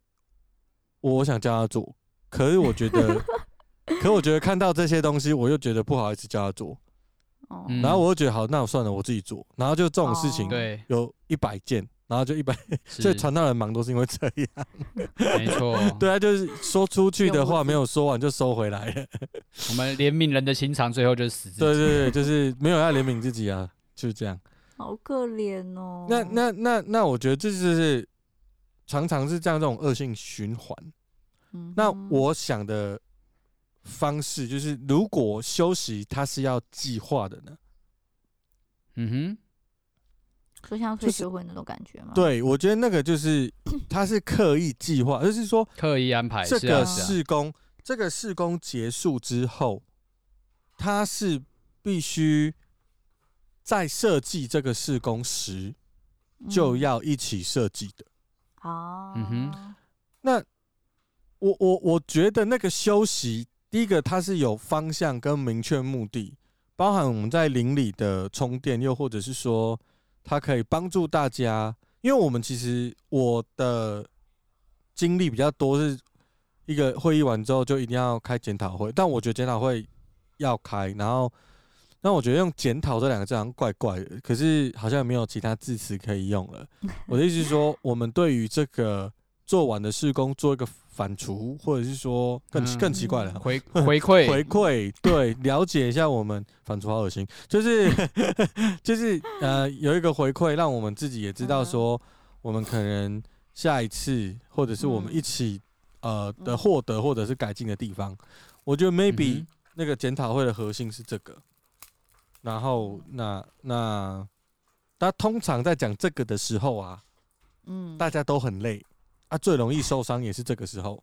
[SPEAKER 2] 我想叫他做，可是我觉得，可我觉得看到这些东西，我又觉得不好意思叫他做，
[SPEAKER 3] 哦
[SPEAKER 1] 嗯
[SPEAKER 2] 然后我又觉得好，那我算了，我自己做，然后就这种事情
[SPEAKER 3] 哦
[SPEAKER 1] 对，
[SPEAKER 2] 有一百件，然 后就一百，所
[SPEAKER 1] 是
[SPEAKER 2] 以传道人忙都是因为这样，
[SPEAKER 1] 没错，
[SPEAKER 2] 对，啊，就是说出去的
[SPEAKER 3] 用不
[SPEAKER 2] 话
[SPEAKER 3] 住
[SPEAKER 2] 没有说完就收回来了，
[SPEAKER 1] 我们怜悯人的心肠，最后就是死自己。
[SPEAKER 2] 对对对， 就是没有要怜悯自己啊，就是这样。
[SPEAKER 3] 好可怜哦。
[SPEAKER 2] 那那那那，我觉得这就是常常是这样这种恶性循环。
[SPEAKER 3] 嗯哼
[SPEAKER 2] 那我想的方式就是，如果休息它是要计划的呢？
[SPEAKER 1] 嗯
[SPEAKER 3] 就像
[SPEAKER 2] 就
[SPEAKER 3] 退
[SPEAKER 2] 是
[SPEAKER 3] 休会那种感觉吗？，
[SPEAKER 2] 对，我觉得那个就是 它是刻意计划，就是说
[SPEAKER 1] 哼，刻意安排
[SPEAKER 2] 这
[SPEAKER 1] 是
[SPEAKER 2] 个
[SPEAKER 1] 啊是啊
[SPEAKER 2] 试工，这个试工结束之后，它是必须在设计这个试工时
[SPEAKER 3] 嗯
[SPEAKER 2] 就要一起设计的。
[SPEAKER 3] 啊，
[SPEAKER 1] 嗯哼
[SPEAKER 3] 哦，
[SPEAKER 2] 那我我我觉得那个休息，第一个它是有方向跟明确目的，包含我们在邻里的充电，又或者是说它可以帮助大家，因为我们其实我的经历比较多是一个会议完之后就一定要开检讨会，但我觉得检讨会要开，然后。那我觉得用“检讨”这两个字好像怪怪的，可是好像也没有其他字词可以用了。我的意思是说，我们对于这个做完的施工做一个反刍，或者是说更、
[SPEAKER 1] 嗯
[SPEAKER 2] 更奇怪了，
[SPEAKER 1] 回回馈
[SPEAKER 2] 啊回馈，对，了解一下我们反刍好恶心，就是就是呃有一个回馈，让我们自己也知道
[SPEAKER 3] 嗯
[SPEAKER 2] 说，我们可能下一次或者是我们
[SPEAKER 3] 嗯
[SPEAKER 2] 一起、呃的
[SPEAKER 3] 嗯
[SPEAKER 2] 获得或者是改进的地方，我觉得 maybe、
[SPEAKER 1] 嗯哼
[SPEAKER 2] 那个检讨会的核心是这个，然后那那他通常在讲这个的时候啊，
[SPEAKER 3] 嗯，
[SPEAKER 2] 大家都很累啊，最容易受伤也是这个时候。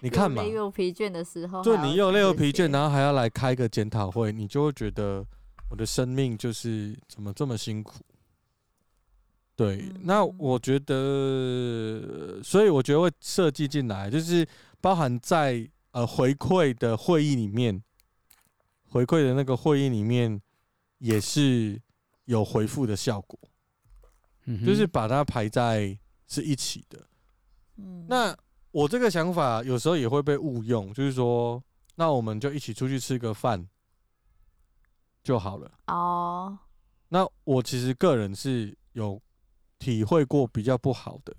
[SPEAKER 2] 你
[SPEAKER 3] 你
[SPEAKER 2] 看嘛，
[SPEAKER 3] 又疲倦的时哦候还
[SPEAKER 2] 就
[SPEAKER 3] 要
[SPEAKER 2] 你又
[SPEAKER 3] 讲
[SPEAKER 2] 累又
[SPEAKER 3] 这
[SPEAKER 2] 疲
[SPEAKER 3] 些
[SPEAKER 2] 倦，然后还要来开个检讨会，你就会觉得我的生命就是怎么这么辛苦。对，
[SPEAKER 3] 嗯
[SPEAKER 2] 那我觉得，所以我觉得会设计进来，就是包含在呃回馈的会议里面，回馈的那个会议里面也是有回复的效果，
[SPEAKER 1] 嗯哼
[SPEAKER 2] 就是把它排在是一起的。
[SPEAKER 3] 嗯，
[SPEAKER 2] 那我这个想法有时候也会被误用，就是说，那我们就一起出去吃个饭就好了。
[SPEAKER 3] 哦，
[SPEAKER 2] 那我其实个人是有体会过比较不好的，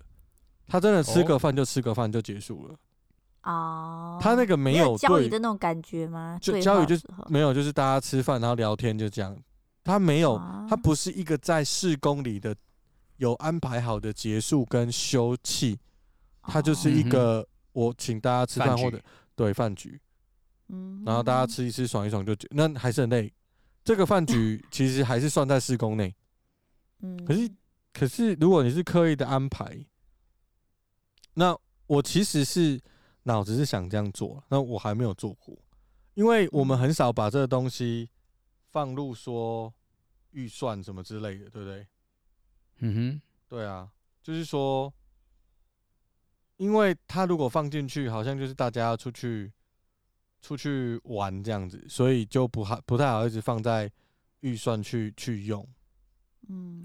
[SPEAKER 2] 他真的吃个饭就吃个饭就结束了，
[SPEAKER 3] 哦，
[SPEAKER 2] 他那个没有
[SPEAKER 3] 教
[SPEAKER 2] 对
[SPEAKER 3] 育的那种感觉吗？
[SPEAKER 2] 就
[SPEAKER 3] 对
[SPEAKER 2] 教育
[SPEAKER 3] 话
[SPEAKER 2] 就
[SPEAKER 3] 时候
[SPEAKER 2] 没有就是大家吃饭然后聊天就这样，他没有
[SPEAKER 3] 啊
[SPEAKER 2] 它不是一个在施工里的有安排好的结束跟休憩，它
[SPEAKER 3] 哦
[SPEAKER 2] 就是
[SPEAKER 3] 嗯
[SPEAKER 2] 一个、我请大家吃饭
[SPEAKER 1] 饭局
[SPEAKER 2] 或者对饭局，
[SPEAKER 3] 嗯
[SPEAKER 2] 然后大家吃一吃爽一爽就结那还是很累。这个饭局其实还是算在施工内，
[SPEAKER 3] 嗯，
[SPEAKER 2] 可是可是如果你是刻意的安排，那我其实是脑子是想这样做，那我还没有做过，因为我们很少把这个东西放入说预算什么之类的，对不对？
[SPEAKER 1] 嗯
[SPEAKER 2] 对啊，就是说，因为他如果放进去，好像就是大家要出去出去玩这样子，所以就不好不太好一直放在预算去去用。
[SPEAKER 3] 嗯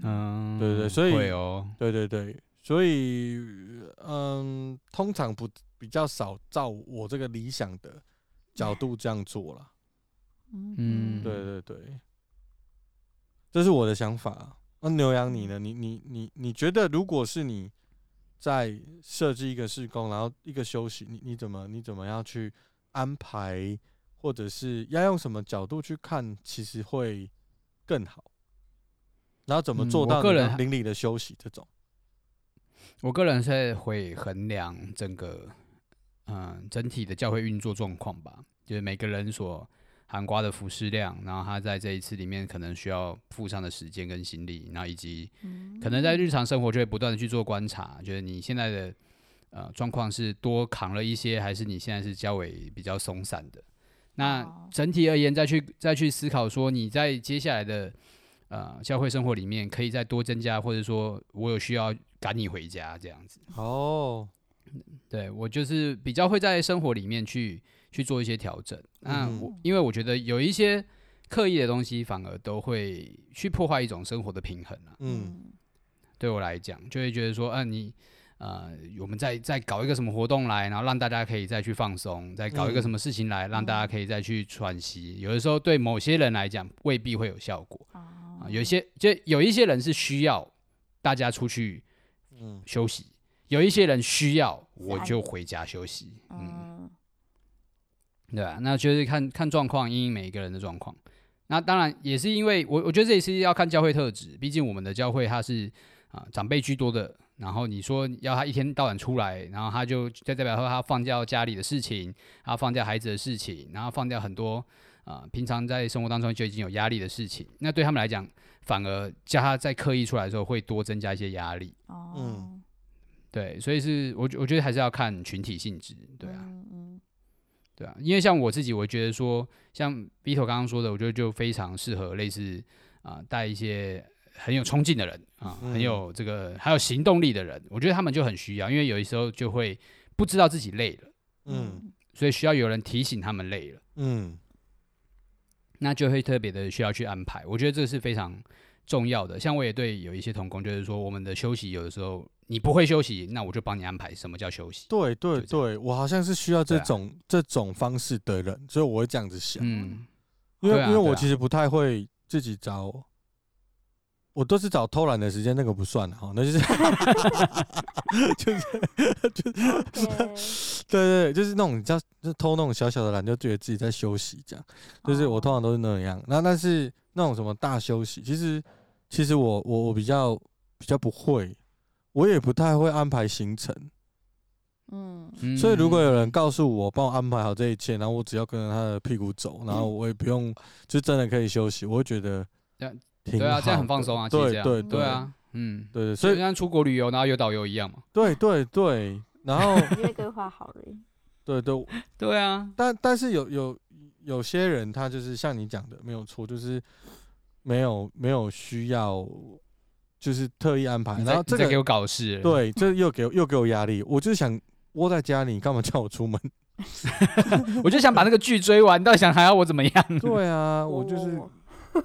[SPEAKER 1] 哼，嗯，
[SPEAKER 2] 对对所以
[SPEAKER 1] 会哦，
[SPEAKER 2] 对对对，所以嗯，通常不比较少照我这个理想的角度这样做啦。
[SPEAKER 1] 嗯
[SPEAKER 2] 对对对，这是我的想法。啊那、牛羊你呢？
[SPEAKER 1] 嗯
[SPEAKER 2] 你你你你觉得，如果是你在设计一个施工，然后一个休息，你你怎么你怎么样去安排，或者是要用什么角度去看，其实会更好。然后怎么
[SPEAKER 1] 嗯
[SPEAKER 2] 做
[SPEAKER 1] 我
[SPEAKER 2] 到
[SPEAKER 1] 个
[SPEAKER 2] 你
[SPEAKER 1] 人
[SPEAKER 2] 的
[SPEAKER 1] 还
[SPEAKER 2] 邻里的休息这种？
[SPEAKER 1] 我个人是会衡量整个嗯整体的教会运作状况吧，就是每个人所涵盖的服饰量，然后他在这一次里面可能需要付上的时间跟心力，然后以及
[SPEAKER 3] 嗯
[SPEAKER 1] 可能在日常生活就会不断的去做观察，就是你现在的呃状况是多扛了一些，还是你现在是较为比较松散的？那
[SPEAKER 3] 哦
[SPEAKER 1] 整体而言，再去再去思考说你在接下来的呃教会生活里面可以再多增加，或者说我有需要赶你回家这样子。
[SPEAKER 2] 哦，
[SPEAKER 1] 对我就是比较会在生活里面去去做一些调整。那
[SPEAKER 2] 嗯
[SPEAKER 1] 我、因为我觉得有一些刻意的东西，反而都会去破坏一种生活的平衡啊。
[SPEAKER 2] 嗯，
[SPEAKER 1] 对我来讲，就会觉得说，啊，你呃，我们再再搞一个什么活动来，然后让大家可以再去放松，再搞一个
[SPEAKER 2] 嗯
[SPEAKER 1] 什么事情来，让大家可以再去喘息。有的时候对某些人来讲未必会有效果
[SPEAKER 3] 嗯哦
[SPEAKER 1] 啊、有一些就有一些人是需要大家出去
[SPEAKER 2] 嗯啊
[SPEAKER 1] 休息，有一些人需要我
[SPEAKER 3] 安
[SPEAKER 1] 就
[SPEAKER 3] 静
[SPEAKER 1] 回家休息。嗯。
[SPEAKER 3] 嗯
[SPEAKER 1] 对啊，那就是看看状况，因应每一个人的状况。那当然也是因为我，我觉得这也是要看教会特质，毕竟我们的教会它是啊、长辈居多的。然后你说要他一天到晚出来，然后他就就代表说他放掉家里的事情，他放掉孩子的事情，然后放掉很多啊、平常在生活当中就已经有压力的事情。那对他们来讲，反而叫他在刻意出来的时候会多增加一些压力。
[SPEAKER 3] 哦
[SPEAKER 2] 嗯
[SPEAKER 1] 对，所以是我觉我觉得还是要看群体性质，对啊。
[SPEAKER 3] 嗯嗯
[SPEAKER 1] 对啊，因为像我自己，我觉得说，像 Vito 刚刚说的，我觉得就非常适合类似啊、带一些很有冲劲的人啊、
[SPEAKER 2] 嗯
[SPEAKER 1] 很有这个还有行动力的人，我觉得他们就很需要，因为有时候就会不知道自己累了，
[SPEAKER 2] 嗯
[SPEAKER 1] 所以需要有人提醒他们累了，
[SPEAKER 2] 嗯
[SPEAKER 1] 那就会特别的需要去安排。我觉得这是非常重要的。像我也对有一些童工，就是说我们的休息有的时候你不会休息，那我就帮你安排什么叫休息。
[SPEAKER 2] 对对
[SPEAKER 1] 就这
[SPEAKER 2] 对，我好像是需要这
[SPEAKER 1] 对啊
[SPEAKER 2] 种、这种方式的人，所以我会这样子想。
[SPEAKER 1] 嗯，
[SPEAKER 2] 因为、
[SPEAKER 1] 对啊
[SPEAKER 2] 因为
[SPEAKER 1] 对
[SPEAKER 2] 我
[SPEAKER 1] 啊
[SPEAKER 2] 其实不太会自己找，我都是找偷懒的时间，那个不算哈，那就是 就是
[SPEAKER 3] 对
[SPEAKER 2] 对对，对就是那种叫就是偷那种小小的懒，就觉得自己在休息这样。就是
[SPEAKER 3] 哦
[SPEAKER 1] 哦
[SPEAKER 2] 我通常都是那样，那但是那种什么大休息，其实其实我我我比较比较不会，我也不太会安排行程，
[SPEAKER 3] 嗯
[SPEAKER 1] 嗯
[SPEAKER 2] 所以如果有人告诉我帮我安排好这一切，然后我只要跟着他的屁股走，然后我也不用就真的可以休息，我会觉得
[SPEAKER 1] 对啊
[SPEAKER 2] 挺
[SPEAKER 1] 对啊，这样
[SPEAKER 2] 好
[SPEAKER 1] 很放松啊，其实
[SPEAKER 2] 对
[SPEAKER 1] 这样
[SPEAKER 2] 对
[SPEAKER 3] 嗯
[SPEAKER 1] 对啊，嗯。
[SPEAKER 2] 对对，所
[SPEAKER 1] 所以
[SPEAKER 2] 以
[SPEAKER 1] 像出国旅游，然后有导游一样嘛。
[SPEAKER 2] 对对对，然后
[SPEAKER 3] 因为规划好了，
[SPEAKER 2] 对对，
[SPEAKER 1] 对啊，
[SPEAKER 2] 但但是有有有些人他就是像你讲的没有错，就是没有没有需要，就是特意安排，
[SPEAKER 1] 你
[SPEAKER 2] 啊然
[SPEAKER 1] 在
[SPEAKER 2] 后这
[SPEAKER 1] 你在给
[SPEAKER 2] 个
[SPEAKER 1] 我搞事了，
[SPEAKER 2] 对，这又给我又给我压力，我就想窝在家里，你干嘛叫我出门？
[SPEAKER 1] 我就想把那个剧追完，到底想还要我怎么样？
[SPEAKER 2] 对啊，我就是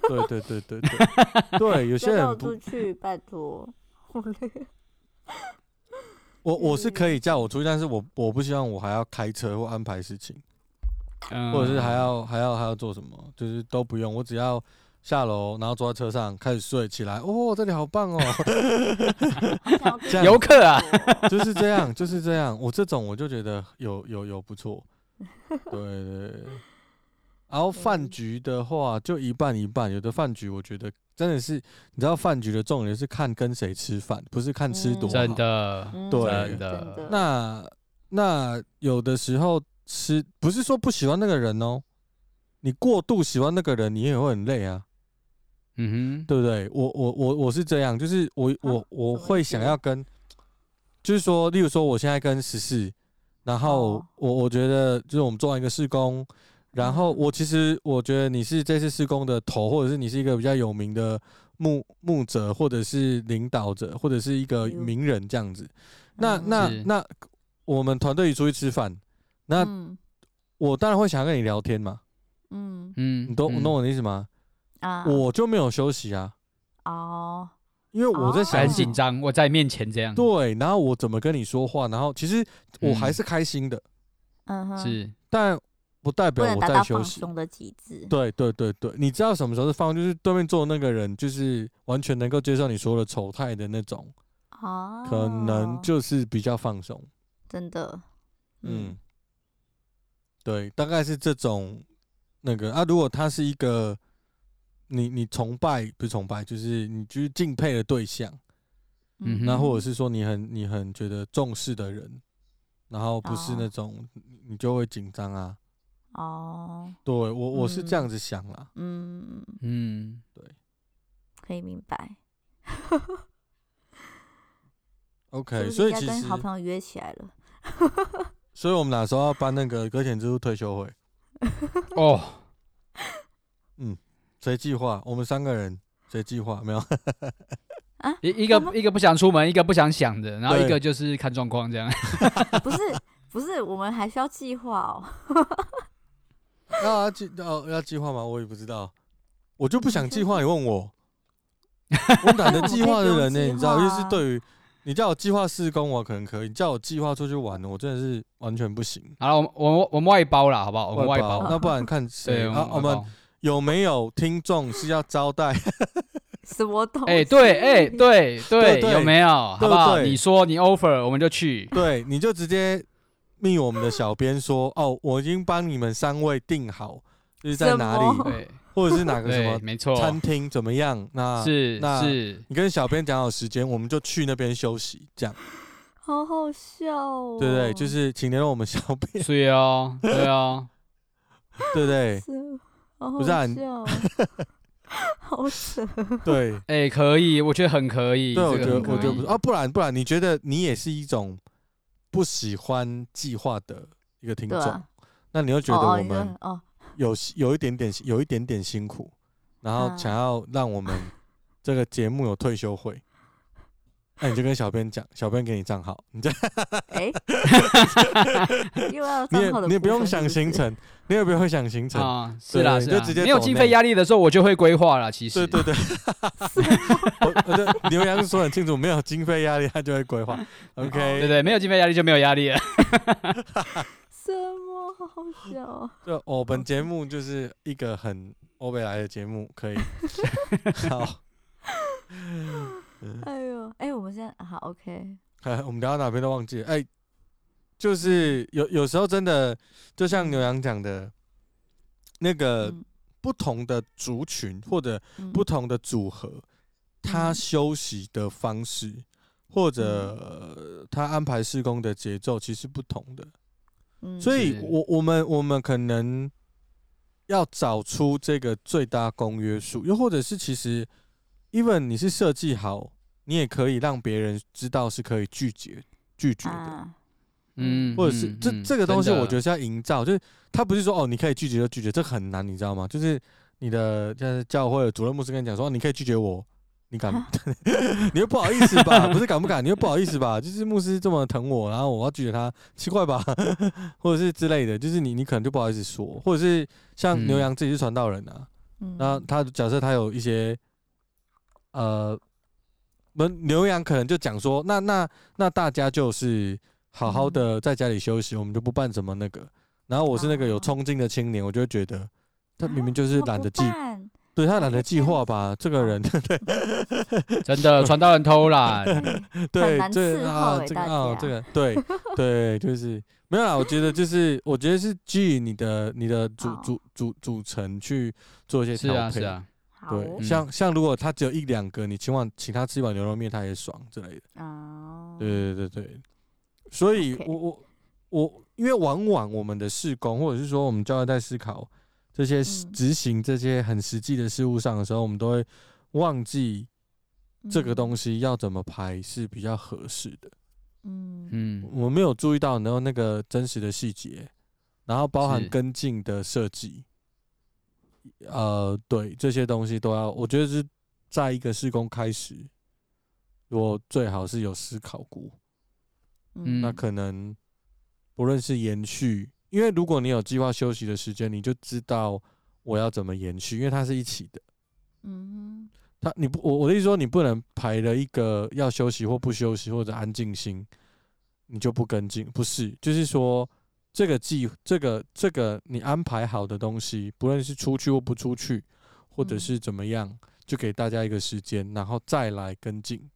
[SPEAKER 2] 对对对对对对，有
[SPEAKER 3] 有
[SPEAKER 2] 些
[SPEAKER 3] 带我
[SPEAKER 2] 人
[SPEAKER 3] 出
[SPEAKER 2] 不，
[SPEAKER 3] 去，拜 托，我累
[SPEAKER 2] 我我是可以叫我出去，但是我我不希望我还要开车或安排事情。
[SPEAKER 1] 嗯
[SPEAKER 2] 或者是还要还要还要做什么，就是都不用，我只要下楼，然后坐在车上开始睡起来，哦，这里好棒哦， 这样
[SPEAKER 1] 游客啊，
[SPEAKER 2] 就是这样，就是这样。我这种我就觉得有有有不 错，对对对。然后饭局的话，就一半一半。有的饭局，我觉得真的是，你知道饭局的重点是看跟谁吃饭，不是看吃多
[SPEAKER 3] 嗯
[SPEAKER 2] 好。
[SPEAKER 1] 真的，
[SPEAKER 3] 嗯
[SPEAKER 2] 啊对
[SPEAKER 1] 真的
[SPEAKER 3] 真的
[SPEAKER 2] 那那有的时候吃，不是说不喜欢那个人哦，你过度喜欢那个人，你也会很累啊。
[SPEAKER 1] 嗯哼，
[SPEAKER 2] 对不对？我我我我是这样，就是我
[SPEAKER 3] 嗯
[SPEAKER 2] 我我
[SPEAKER 3] 怎么
[SPEAKER 2] 会
[SPEAKER 3] 意
[SPEAKER 2] 想
[SPEAKER 3] 思
[SPEAKER 2] 要跟，就是说，例如说我现在跟十四，然后
[SPEAKER 3] 哦
[SPEAKER 2] 我我觉得就是我们做完一个试工，然后
[SPEAKER 3] 嗯
[SPEAKER 2] 我其实我觉得你是这次施工的头，或者是你是一个比较有名的牧牧者，或者是领导者，或者是一个
[SPEAKER 3] 哎呦
[SPEAKER 2] 名人这样子。那
[SPEAKER 3] 嗯
[SPEAKER 2] 那
[SPEAKER 1] 是
[SPEAKER 2] 那我们团队一出去吃饭，那
[SPEAKER 3] 嗯
[SPEAKER 2] 我当然会想要跟你聊天嘛，
[SPEAKER 3] 嗯
[SPEAKER 1] 嗯，
[SPEAKER 2] 你懂你
[SPEAKER 1] 嗯
[SPEAKER 2] 懂我的意思吗？
[SPEAKER 3] 啊，
[SPEAKER 2] 我就没有休息啊，
[SPEAKER 3] 哦，
[SPEAKER 2] 因为我在
[SPEAKER 3] 哦
[SPEAKER 2] 想
[SPEAKER 1] 很
[SPEAKER 2] 事
[SPEAKER 1] 紧张，我在面前这
[SPEAKER 3] 嗯
[SPEAKER 1] 样，
[SPEAKER 2] 对，然后我怎么跟你说话，然后其实我还
[SPEAKER 1] 嗯
[SPEAKER 2] 是开心的，
[SPEAKER 3] 嗯哼，
[SPEAKER 1] 是
[SPEAKER 2] 但不代
[SPEAKER 3] 不
[SPEAKER 2] 表
[SPEAKER 3] 能
[SPEAKER 2] 我
[SPEAKER 3] 达到
[SPEAKER 2] 在休
[SPEAKER 3] 放
[SPEAKER 2] 息。
[SPEAKER 3] 松的极致。
[SPEAKER 2] 对对对对，你知道什么时候是放，就是对面坐的那个人，就是完全能够接受你所有的丑态的那种，
[SPEAKER 3] 哦，
[SPEAKER 2] 可能就是比较放松。
[SPEAKER 3] 真的，
[SPEAKER 2] 嗯
[SPEAKER 3] 嗯，，
[SPEAKER 2] 对，大概是这种那个啊。如果他是一个你你崇拜不是崇拜，就是你就是敬佩的对象，
[SPEAKER 1] 嗯哼
[SPEAKER 2] 那或者
[SPEAKER 3] 是
[SPEAKER 2] 是说你很你很觉得重视的人，然后不是
[SPEAKER 3] 哦
[SPEAKER 2] 那种、你你就会紧张啊。
[SPEAKER 3] 哦，
[SPEAKER 2] 对我我是这样子想啦，
[SPEAKER 3] 嗯，
[SPEAKER 1] 嗯，
[SPEAKER 3] 可以明白。是
[SPEAKER 2] OK，
[SPEAKER 3] 不是
[SPEAKER 2] 所以
[SPEAKER 3] 应该
[SPEAKER 2] 其
[SPEAKER 3] 跟
[SPEAKER 2] 实，
[SPEAKER 3] 好朋友约起来了，
[SPEAKER 2] 所以我们哪时候要办那个搁浅之路退休会？
[SPEAKER 1] 哦，
[SPEAKER 2] 谁计划？我们三个人谁计划？没有，
[SPEAKER 1] 一一个一个不想出门，一个不想想的，然后
[SPEAKER 2] 对
[SPEAKER 1] 一个就是看状况这样，
[SPEAKER 3] 不是不是，我们还需要计划哦。
[SPEAKER 2] 要要计哦要计划吗？我也不知道，我就不想计划。你问我，我哪能计划的人呢、
[SPEAKER 3] 那我们
[SPEAKER 2] 你知道，就
[SPEAKER 3] 可以不用计划啊
[SPEAKER 2] 是对于你叫我计划施工，我可能可以；你叫我计划出去玩，我真的是完全不行。
[SPEAKER 1] 好了，我们我们我们外包啦，好不好？我们外包，
[SPEAKER 2] 那不然看
[SPEAKER 1] 对，
[SPEAKER 2] 谁
[SPEAKER 1] 我
[SPEAKER 2] 啊
[SPEAKER 1] 们？
[SPEAKER 2] 我
[SPEAKER 1] 外
[SPEAKER 2] 们
[SPEAKER 1] 包
[SPEAKER 2] 有没有听众是要招待？
[SPEAKER 3] 什么东西？
[SPEAKER 1] 哎，对，哎，，对
[SPEAKER 2] 对对
[SPEAKER 1] 有没有？好不好？
[SPEAKER 2] 对对
[SPEAKER 1] 你说你 offer，我们就去。
[SPEAKER 2] 对，你就直接密我们的小编说，哦，我已经帮你们三位定好，就是在
[SPEAKER 3] 什
[SPEAKER 2] 哪
[SPEAKER 3] 么
[SPEAKER 2] 里，
[SPEAKER 1] 对
[SPEAKER 2] 或者是哪个什
[SPEAKER 1] 对，
[SPEAKER 2] 么
[SPEAKER 1] 没错，
[SPEAKER 2] 餐厅怎么样？那
[SPEAKER 1] 是
[SPEAKER 2] 那
[SPEAKER 1] 是，
[SPEAKER 2] 你跟小编讲好时间，我们就去那边休息，这样
[SPEAKER 3] 好好笑哦。
[SPEAKER 2] 对不对？就是请联络我们小 编，
[SPEAKER 1] 所以哦，对 哦，
[SPEAKER 2] 对不对？
[SPEAKER 3] 是，好好
[SPEAKER 2] 不是啊你
[SPEAKER 3] 笑，哦 好扯。
[SPEAKER 2] 对
[SPEAKER 1] 哎，可以，我觉得很可以，
[SPEAKER 2] 对，
[SPEAKER 1] 这
[SPEAKER 2] 我
[SPEAKER 1] 个
[SPEAKER 2] 觉得
[SPEAKER 1] 很可
[SPEAKER 2] 我觉得
[SPEAKER 1] 以
[SPEAKER 2] 不是啊，不然不然，你觉得你也是一种不喜欢计划的一个听
[SPEAKER 3] 对
[SPEAKER 2] 众
[SPEAKER 3] 啊，，
[SPEAKER 2] 那你又觉
[SPEAKER 3] 哦
[SPEAKER 2] 得
[SPEAKER 3] 哦
[SPEAKER 2] 我
[SPEAKER 3] 你说
[SPEAKER 2] 们
[SPEAKER 3] 哦，
[SPEAKER 2] 有有一点点有一点点辛苦，然后
[SPEAKER 3] 啊
[SPEAKER 2] 想要让我们这个节目有退休 会，那你就跟小编讲，小编给你账号，你这
[SPEAKER 3] 哎，又要
[SPEAKER 2] 你
[SPEAKER 3] 账
[SPEAKER 2] 也
[SPEAKER 3] 号的
[SPEAKER 2] 你也不
[SPEAKER 3] 部
[SPEAKER 2] 用
[SPEAKER 3] 分是
[SPEAKER 2] 想行
[SPEAKER 3] 是，
[SPEAKER 2] 程，你也不用想行程，
[SPEAKER 1] 啊，是啦，
[SPEAKER 2] 对
[SPEAKER 1] 是
[SPEAKER 2] 就
[SPEAKER 1] 啦
[SPEAKER 2] 直接
[SPEAKER 1] 没有
[SPEAKER 2] 抖
[SPEAKER 1] 经
[SPEAKER 2] 内
[SPEAKER 1] 费压力的时候，我就会规划啦。其实
[SPEAKER 2] 对对 对，我我这刘洋说很清楚，没有经费压力，他就会规划。
[SPEAKER 1] 对
[SPEAKER 2] OK，
[SPEAKER 1] 对，没有经费压力就没有压 力了。
[SPEAKER 3] 什么好好笑哦？
[SPEAKER 2] 就我本节目就是一个很欧贝来的节目，可 以。好，
[SPEAKER 3] 哎呦，哎，我们现在好 OK，
[SPEAKER 2] 我们聊到哪边都忘记了。哎，就是有有时候真的，就像牛羊讲的，那个
[SPEAKER 3] 嗯
[SPEAKER 2] 不同的族群或者
[SPEAKER 3] 嗯
[SPEAKER 2] 呃不同的组合，他
[SPEAKER 3] 嗯
[SPEAKER 2] 休息的方式或者呃他安排施工的节奏其实不同的。
[SPEAKER 3] 嗯
[SPEAKER 2] 所以
[SPEAKER 1] 是
[SPEAKER 2] 我我们我们可能要找出这个最大公约数，又或者是其实，even 你是设计好，你也可以让别人知道是可以拒绝拒绝的，
[SPEAKER 3] 啊，
[SPEAKER 1] 嗯，
[SPEAKER 2] 或者是
[SPEAKER 1] 嗯
[SPEAKER 2] 这
[SPEAKER 1] 嗯
[SPEAKER 2] 这个东西，
[SPEAKER 1] 真的
[SPEAKER 2] 我觉得是要营造，就是他不是说哦你可以拒绝就拒绝，这很难，你知道吗？就是你的就是教会的主任牧师跟你讲说、哦你可以拒绝我。你敢？ 你又不好意思吧？不是敢不敢？你又不好意思吧？就是牧师这么疼我，然后我要拒绝他，奇怪吧？ 或者是之类的，就是你你可能就不好意思说，或者是像
[SPEAKER 1] 嗯
[SPEAKER 2] 牛羊自己是传道人啊，
[SPEAKER 3] 嗯
[SPEAKER 2] 那他假设他有一些呃，那牛羊可能就讲说，那那那大家就是好好
[SPEAKER 3] 嗯
[SPEAKER 2] 的在家里休息，我们就不办什么那个。然后我是那个有
[SPEAKER 3] 哦
[SPEAKER 2] 冲劲的青年，我就会觉得他明明就是
[SPEAKER 3] 我
[SPEAKER 2] 懒得
[SPEAKER 3] 哦不
[SPEAKER 2] 记，
[SPEAKER 3] 办
[SPEAKER 2] 对他懒得计划吧，这个人
[SPEAKER 3] 哦
[SPEAKER 1] 真的传道人偷
[SPEAKER 3] 嗯
[SPEAKER 1] 懒，
[SPEAKER 2] 哎对
[SPEAKER 3] 难
[SPEAKER 2] 这
[SPEAKER 3] 伺
[SPEAKER 2] 个
[SPEAKER 3] 候
[SPEAKER 2] 啊
[SPEAKER 3] 欸
[SPEAKER 2] 这个
[SPEAKER 3] 大
[SPEAKER 2] 啊
[SPEAKER 3] 家
[SPEAKER 2] 这个对对就是没有啦，我觉得就是我觉得是基于你的你的组
[SPEAKER 3] 好
[SPEAKER 2] 组组组成去做一些
[SPEAKER 1] 是
[SPEAKER 2] 调
[SPEAKER 1] 啊
[SPEAKER 2] 配
[SPEAKER 1] 是，啊，
[SPEAKER 3] 好
[SPEAKER 2] 对，
[SPEAKER 1] 嗯
[SPEAKER 2] 像像如果他只有一两个，你请晚请他吃一碗牛肉面，他也爽之类的。
[SPEAKER 3] 哦，
[SPEAKER 2] 对对对对，所以
[SPEAKER 3] OK
[SPEAKER 2] 我我我，因为往往我们的事工，或者是说我们教育在思考这些实
[SPEAKER 3] 嗯
[SPEAKER 2] 执行这些很实际的事物上的时候，我们都会忘记
[SPEAKER 3] 嗯
[SPEAKER 2] 这个东
[SPEAKER 3] 西，
[SPEAKER 2] 西要怎么排是比较合适的。
[SPEAKER 3] 嗯
[SPEAKER 1] 嗯，
[SPEAKER 2] 我们没有注意到，然后那个真实的细节，然后包含
[SPEAKER 1] 是
[SPEAKER 2] 跟进的设计，呃，对这些东西都要，我觉得是在一个施工开始，我最好是有思考过。
[SPEAKER 1] 嗯
[SPEAKER 2] 那可能不论是延续，因为如果你有计划休息的时间，你就知道我要怎么延续，因为它是一起的。
[SPEAKER 3] 嗯
[SPEAKER 2] 它你不我我的意思说，你不能排了一个要休息或不休息或者安静心，你就不跟进，不是？就是说这个计这个这个你安排好的东西，不论是出去或不出去，或者
[SPEAKER 3] 嗯
[SPEAKER 2] 是怎么样，就给大家一个时间，然后再来跟进。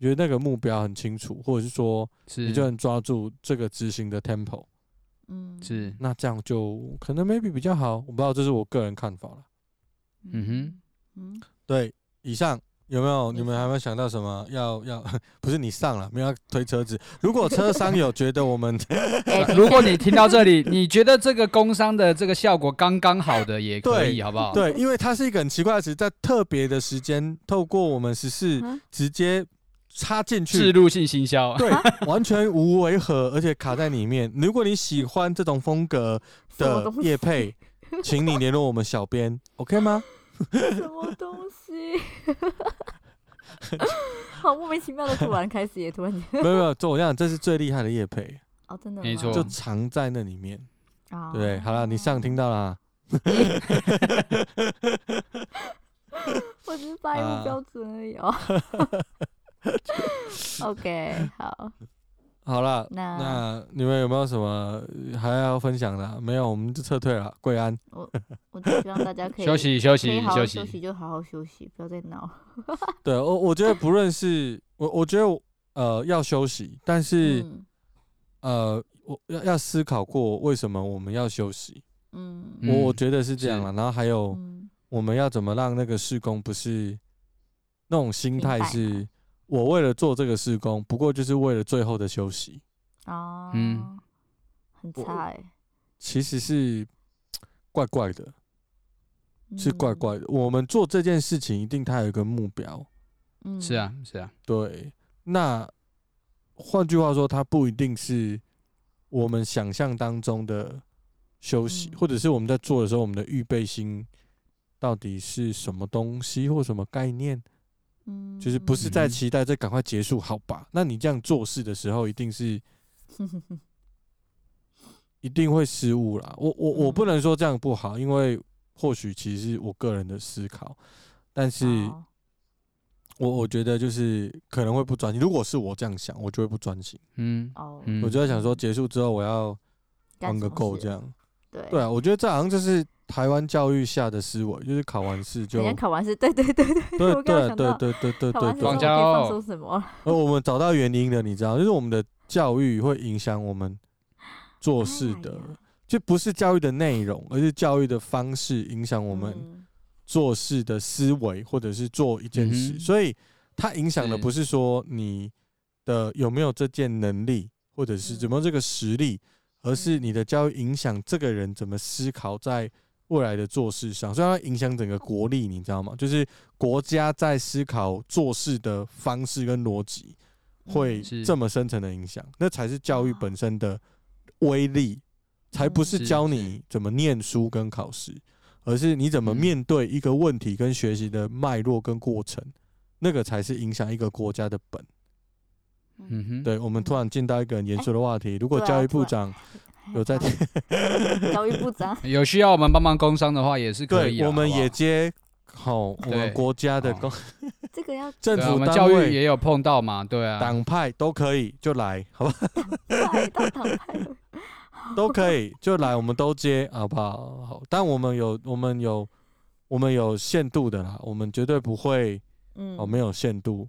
[SPEAKER 2] 觉得那个目标很清楚，或者是说
[SPEAKER 1] 是
[SPEAKER 2] 你就能抓住这个执行的 tempo，
[SPEAKER 3] 嗯
[SPEAKER 1] 是，
[SPEAKER 2] 那这样就可能 maybe 比较好，我不知道，这是我个人看法了。
[SPEAKER 1] 嗯
[SPEAKER 3] 嗯
[SPEAKER 2] 对，以上有没有
[SPEAKER 3] 以
[SPEAKER 2] 你们还没有想到什么要要？ 不是你上了，没有要推车子。如果车商有觉得我 们
[SPEAKER 3] 哎
[SPEAKER 1] 如果你听到这里， 你觉得这个工商的这个效果刚刚好的也可以，好不好？
[SPEAKER 2] 对，因为它是一个很奇怪的词，在特别的时间，透过我们实事
[SPEAKER 3] 嗯
[SPEAKER 2] 直接插进
[SPEAKER 1] 制
[SPEAKER 2] 去。
[SPEAKER 1] 度性行销，
[SPEAKER 2] 对，完全无违和，而且卡在里面。如果你喜欢这种风格
[SPEAKER 3] 什么
[SPEAKER 2] 的
[SPEAKER 3] 东西
[SPEAKER 2] 叶配，请你联络我们小编，OK 吗？
[SPEAKER 3] 什么东西？ 好莫名其妙的，突然开始也突然间
[SPEAKER 2] 没有没有，就我讲，这是最厉害的叶配，
[SPEAKER 3] 哦，真的
[SPEAKER 1] 没
[SPEAKER 3] 吗
[SPEAKER 1] 错
[SPEAKER 2] 就藏在那里面。
[SPEAKER 3] 哦
[SPEAKER 2] 对，好了，你上听到了啊，
[SPEAKER 3] 我只是发音
[SPEAKER 2] 啊
[SPEAKER 3] 不标准而已 哦。OK，好，
[SPEAKER 2] 好了，
[SPEAKER 3] 那
[SPEAKER 2] 那你们有没有什么呃还要分享的啊？没有，我们就撤退了。贵安，
[SPEAKER 3] 我只希望大家可以
[SPEAKER 1] 休息休
[SPEAKER 3] 可以
[SPEAKER 1] 息
[SPEAKER 3] 好好
[SPEAKER 1] 休
[SPEAKER 3] 休
[SPEAKER 1] 息，
[SPEAKER 3] 息就好好休息，不要再闹。
[SPEAKER 2] 对我我觉得不论是我，我觉得我呃要休息，但是
[SPEAKER 3] 嗯
[SPEAKER 2] 呃我要要思考过为什么我们要休息。
[SPEAKER 3] 嗯
[SPEAKER 1] 嗯
[SPEAKER 2] 我我觉得是这样
[SPEAKER 1] 是
[SPEAKER 2] 了，然后还有
[SPEAKER 3] 嗯
[SPEAKER 2] 我们要怎么让那个施工不是那种心态
[SPEAKER 3] 明白
[SPEAKER 2] 是。我为了做这个施工，不过就是为了最后的休息。
[SPEAKER 3] 哦，
[SPEAKER 1] 嗯
[SPEAKER 3] 很
[SPEAKER 2] 我
[SPEAKER 3] 差哎，
[SPEAKER 2] 其实是怪怪的，是怪
[SPEAKER 3] 嗯，
[SPEAKER 2] 怪的。我们做这件事情，一定它有一个目标，
[SPEAKER 3] 嗯
[SPEAKER 1] 是啊，是啊，
[SPEAKER 2] 对。那换句话说，它不一定是我们想象当中的休息，
[SPEAKER 3] 嗯
[SPEAKER 2] 或者是我们在做的时候，我们的预备心到底是什么东西或什么概念？
[SPEAKER 3] 嗯，
[SPEAKER 2] 就是不是在
[SPEAKER 1] 嗯
[SPEAKER 2] 期待这赶快结束，好吧？那你这样做事的时候，一定 是一定会失误啦。我我我不
[SPEAKER 3] 嗯
[SPEAKER 2] 能说这样不好，因为或许其实是我个人的思考，但是
[SPEAKER 3] 好
[SPEAKER 2] 我我觉得就是可能会不专心。如果是我这样想，我就会不专心，
[SPEAKER 1] 嗯
[SPEAKER 3] 哦，
[SPEAKER 1] 嗯，
[SPEAKER 2] 我就在想说结束之后我要
[SPEAKER 3] 干
[SPEAKER 2] 玩个
[SPEAKER 3] 什么
[SPEAKER 2] 够
[SPEAKER 3] 事
[SPEAKER 2] 这样。
[SPEAKER 3] 对
[SPEAKER 2] 对啊，我觉得这好像就是台湾教育下的思维，就是考完试就
[SPEAKER 3] 人家考完试，对对对对，
[SPEAKER 2] 对
[SPEAKER 3] 我刚刚
[SPEAKER 2] 对
[SPEAKER 3] 想
[SPEAKER 2] 对
[SPEAKER 3] 到。
[SPEAKER 2] 对对对
[SPEAKER 3] 考
[SPEAKER 2] 对
[SPEAKER 3] 完
[SPEAKER 2] 对
[SPEAKER 3] 试之后
[SPEAKER 1] 放
[SPEAKER 3] 我可
[SPEAKER 1] 假
[SPEAKER 2] 对，
[SPEAKER 3] 以放
[SPEAKER 1] 哦
[SPEAKER 3] 松什么？
[SPEAKER 2] 而我们找到原因了，你知道，就是我们的教育会影响我们做事
[SPEAKER 3] 哎
[SPEAKER 2] 的
[SPEAKER 3] 呀。
[SPEAKER 2] 就不是教育的内容，而是教育的方式影响我们
[SPEAKER 3] 嗯
[SPEAKER 2] 做事的思维，或者是做一件
[SPEAKER 1] 嗯
[SPEAKER 2] 事。
[SPEAKER 1] 哼
[SPEAKER 2] 所以它影响的
[SPEAKER 1] 是
[SPEAKER 2] 不是说你的有没有这件能力，或者是
[SPEAKER 3] 嗯
[SPEAKER 2] 有没有这个实力，而是你的教育影响这个人怎么思考在未来的做事上。所以它影响整个国力，你知道吗？就是国家在思考做事的方式跟逻辑，
[SPEAKER 3] 嗯
[SPEAKER 2] 会
[SPEAKER 1] 嗯是啊
[SPEAKER 2] 这么深层的影响，那才是教育
[SPEAKER 3] 哇
[SPEAKER 2] 本身的威力，才不
[SPEAKER 3] 嗯
[SPEAKER 2] 是
[SPEAKER 1] 是
[SPEAKER 2] 教
[SPEAKER 1] 是
[SPEAKER 2] 你怎么念书跟考试，而是你怎么
[SPEAKER 1] 嗯
[SPEAKER 2] 面对一个问题跟学习的脉络跟过程，那个才是影响一个国家的本。
[SPEAKER 1] 嗯哼，
[SPEAKER 2] 对我们
[SPEAKER 3] 嗯
[SPEAKER 2] 突然进到一个很严肃的话
[SPEAKER 1] 哎
[SPEAKER 2] 题，如果
[SPEAKER 3] 对啊
[SPEAKER 2] 教育部
[SPEAKER 3] 突
[SPEAKER 2] 长有在 听，
[SPEAKER 3] 哎教育部长，
[SPEAKER 1] 有需要我们帮忙工商的话也是可以
[SPEAKER 2] 对
[SPEAKER 1] 啦，
[SPEAKER 2] 我们
[SPEAKER 1] 好不好
[SPEAKER 2] 也接好我
[SPEAKER 1] 对
[SPEAKER 2] 们国家的
[SPEAKER 1] 哦
[SPEAKER 2] 公
[SPEAKER 3] 这个要
[SPEAKER 2] 政
[SPEAKER 1] 对啊我
[SPEAKER 2] 府
[SPEAKER 1] 们
[SPEAKER 2] 单
[SPEAKER 1] 教育
[SPEAKER 2] 位、
[SPEAKER 1] 也有碰到嘛，对啊，
[SPEAKER 2] 党派都可以就来，好吧？
[SPEAKER 3] 快到党派了，
[SPEAKER 2] 都可以，就来我们都接，好不好？好，但我们有我们有我们有限度的啦，我们绝对不会
[SPEAKER 3] 嗯，
[SPEAKER 2] 哦，没有限度，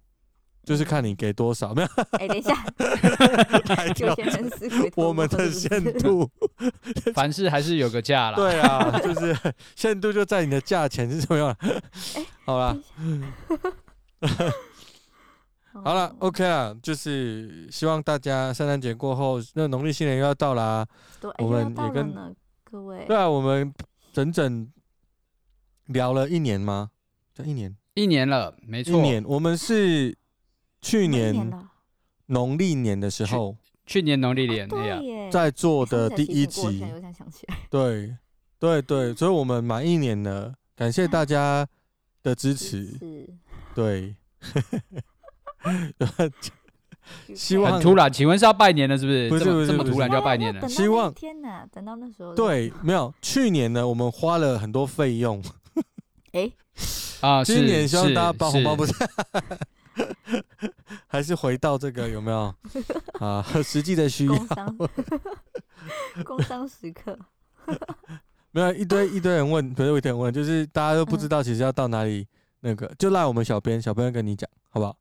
[SPEAKER 2] 就是看你给多少，没有
[SPEAKER 3] 哎， 等一下，
[SPEAKER 2] 还
[SPEAKER 3] 有
[SPEAKER 2] 嗯有
[SPEAKER 3] 些人死鬼
[SPEAKER 2] 我们的 限度，
[SPEAKER 1] 凡事还是有个价啦。
[SPEAKER 2] 对啊，就是限度就在你的价钱是怎么 样，好啦，好了
[SPEAKER 3] 哦，
[SPEAKER 2] ，OK 啦，就是希望大家圣诞节过后，那农历新年又要到啦、
[SPEAKER 3] 对，哎
[SPEAKER 2] 我
[SPEAKER 3] 又要
[SPEAKER 2] 们
[SPEAKER 3] 到
[SPEAKER 2] 也
[SPEAKER 3] 了
[SPEAKER 2] 跟
[SPEAKER 3] 呢，各位
[SPEAKER 2] 对，啊，我们整整聊了一年吗？这一年，
[SPEAKER 1] 一年了，没
[SPEAKER 2] 一
[SPEAKER 1] 错，
[SPEAKER 2] 年，我们是去
[SPEAKER 3] 一
[SPEAKER 2] 年
[SPEAKER 3] 了啊
[SPEAKER 2] 农历年的时
[SPEAKER 1] 去
[SPEAKER 2] 候
[SPEAKER 1] 去年农历
[SPEAKER 2] 啊
[SPEAKER 1] 年那
[SPEAKER 3] 对
[SPEAKER 1] 样，
[SPEAKER 3] 耶，
[SPEAKER 2] 在做
[SPEAKER 3] 哎上
[SPEAKER 2] 的
[SPEAKER 3] 次
[SPEAKER 2] 第
[SPEAKER 3] 有
[SPEAKER 2] 一
[SPEAKER 3] 提醒过
[SPEAKER 2] 集
[SPEAKER 3] 我现在，又想想起来，
[SPEAKER 2] 对，对对，所以我们满一年了，感谢大家的支持，
[SPEAKER 3] 是
[SPEAKER 2] 对，
[SPEAKER 3] 去
[SPEAKER 2] 希
[SPEAKER 3] 看
[SPEAKER 2] 望
[SPEAKER 1] 很突然。请问是要拜年了是不是？
[SPEAKER 2] 不是
[SPEAKER 1] 这
[SPEAKER 2] 不
[SPEAKER 1] 么
[SPEAKER 2] 是
[SPEAKER 1] 这么
[SPEAKER 2] 不是
[SPEAKER 1] 突然就要拜年
[SPEAKER 3] 哎
[SPEAKER 1] 了
[SPEAKER 3] 等？到
[SPEAKER 2] 希
[SPEAKER 3] 那一
[SPEAKER 2] 望
[SPEAKER 3] 天呐，等到那时候再
[SPEAKER 2] 对，没有，去年呢，我们花了很多费用，
[SPEAKER 3] 哎，
[SPEAKER 1] 啊，是
[SPEAKER 2] 今年希望
[SPEAKER 1] 是
[SPEAKER 2] 大家包红包
[SPEAKER 1] 是
[SPEAKER 2] 不是， 还是回到这个有没 有啊实际的需要？
[SPEAKER 3] 工 商工商时刻，
[SPEAKER 2] 没有一堆一堆人问，不是一堆人问，就是大家都不知道其实要到哪里那个，就赖我们小编，小编跟你讲，好不好？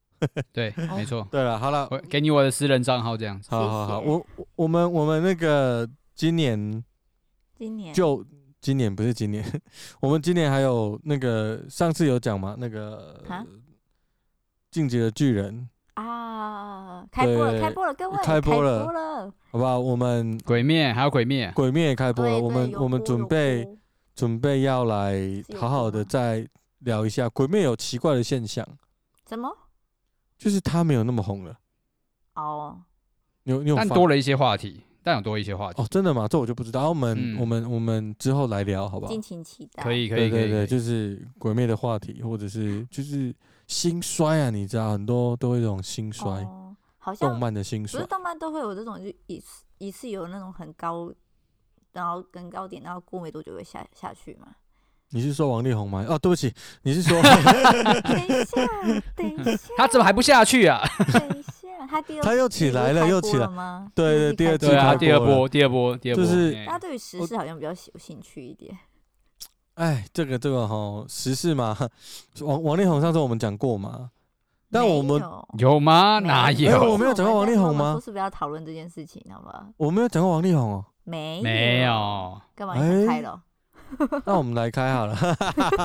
[SPEAKER 1] 对，
[SPEAKER 3] 哦
[SPEAKER 1] 没错。
[SPEAKER 2] 对了，好了，
[SPEAKER 1] 我给你我的私人账号这样子。
[SPEAKER 2] 好好好，
[SPEAKER 3] 谢谢
[SPEAKER 2] 我我我们我们那个今
[SPEAKER 3] 嗯
[SPEAKER 2] 年
[SPEAKER 3] 今年
[SPEAKER 2] 就今年不是今年， 我们今年还有那个上次有讲嘛，那个
[SPEAKER 3] 啊
[SPEAKER 2] 晋级的巨人，
[SPEAKER 3] 啊，开播了，开
[SPEAKER 2] 对
[SPEAKER 3] 播了，各位
[SPEAKER 2] 开播了
[SPEAKER 3] 播了，
[SPEAKER 2] 好不好？我们
[SPEAKER 1] 鬼灭还有鬼灭，
[SPEAKER 2] 鬼灭也开播了，
[SPEAKER 3] 对
[SPEAKER 2] 我
[SPEAKER 3] 对
[SPEAKER 2] 们
[SPEAKER 3] 有
[SPEAKER 2] 我们
[SPEAKER 3] 播
[SPEAKER 2] 准
[SPEAKER 3] 有
[SPEAKER 2] 备
[SPEAKER 3] 播啊
[SPEAKER 2] 准备要来
[SPEAKER 3] 有
[SPEAKER 2] 好好
[SPEAKER 3] 播
[SPEAKER 2] 的
[SPEAKER 3] 吗
[SPEAKER 2] 再聊一下鬼灭有奇怪的现象，
[SPEAKER 3] 怎么？
[SPEAKER 2] 就是它没有那么红了，
[SPEAKER 3] 哦，
[SPEAKER 2] 你有你有
[SPEAKER 1] 但
[SPEAKER 2] 发
[SPEAKER 1] 多了一些话题，但有多一些话题
[SPEAKER 2] 哦，，真的吗？这我就不知道。啊我们、
[SPEAKER 1] 嗯
[SPEAKER 2] 我们我们之后来聊，好不好？
[SPEAKER 3] 敬请期待。哦
[SPEAKER 1] 可以可
[SPEAKER 2] 对
[SPEAKER 1] 以可
[SPEAKER 2] 对
[SPEAKER 1] 以可
[SPEAKER 2] 对，
[SPEAKER 1] 以。
[SPEAKER 2] 就是鬼灭的话题，或者是就是兴衰啊，你知道，很多都会有这种兴衰，
[SPEAKER 3] 哦，好像
[SPEAKER 2] 动漫的兴
[SPEAKER 3] 不
[SPEAKER 2] 衰
[SPEAKER 3] 是。动漫都会有这种，就一次一次有那种很高，然后跟高点，然后过没多久会下下去嘛。
[SPEAKER 2] 你是说王力宏吗？哦，对不起， 你是说
[SPEAKER 3] 等一下，等一下，
[SPEAKER 1] 他怎么还不下去啊？
[SPEAKER 3] 等一下，他第二
[SPEAKER 2] 他又起来了，又起来，
[SPEAKER 3] 吗？
[SPEAKER 2] 对对
[SPEAKER 3] 是
[SPEAKER 2] 第
[SPEAKER 1] 对
[SPEAKER 2] 二季
[SPEAKER 3] 开播了
[SPEAKER 1] 啊，
[SPEAKER 2] 开
[SPEAKER 3] 吗
[SPEAKER 1] 第二
[SPEAKER 2] 播了
[SPEAKER 1] 波，第二波，第二波。
[SPEAKER 2] 就是
[SPEAKER 1] 哎
[SPEAKER 3] 大家对于时
[SPEAKER 2] 我
[SPEAKER 3] 事好像比较有兴趣一点。
[SPEAKER 2] 哎，这个这个哈，时事嘛，王王力宏上次我们讲过嘛，但我们
[SPEAKER 3] 没有
[SPEAKER 1] 有吗？哪
[SPEAKER 2] 有哎我
[SPEAKER 1] 有？
[SPEAKER 2] 没有讲过王力宏吗
[SPEAKER 3] 是不要讨论这件事情，好吗？
[SPEAKER 2] 我没有讲过王力宏 哦，
[SPEAKER 3] 没
[SPEAKER 1] 没，有，
[SPEAKER 3] 干嘛你想
[SPEAKER 2] 哎
[SPEAKER 3] 开了？
[SPEAKER 2] 那我们来开好了，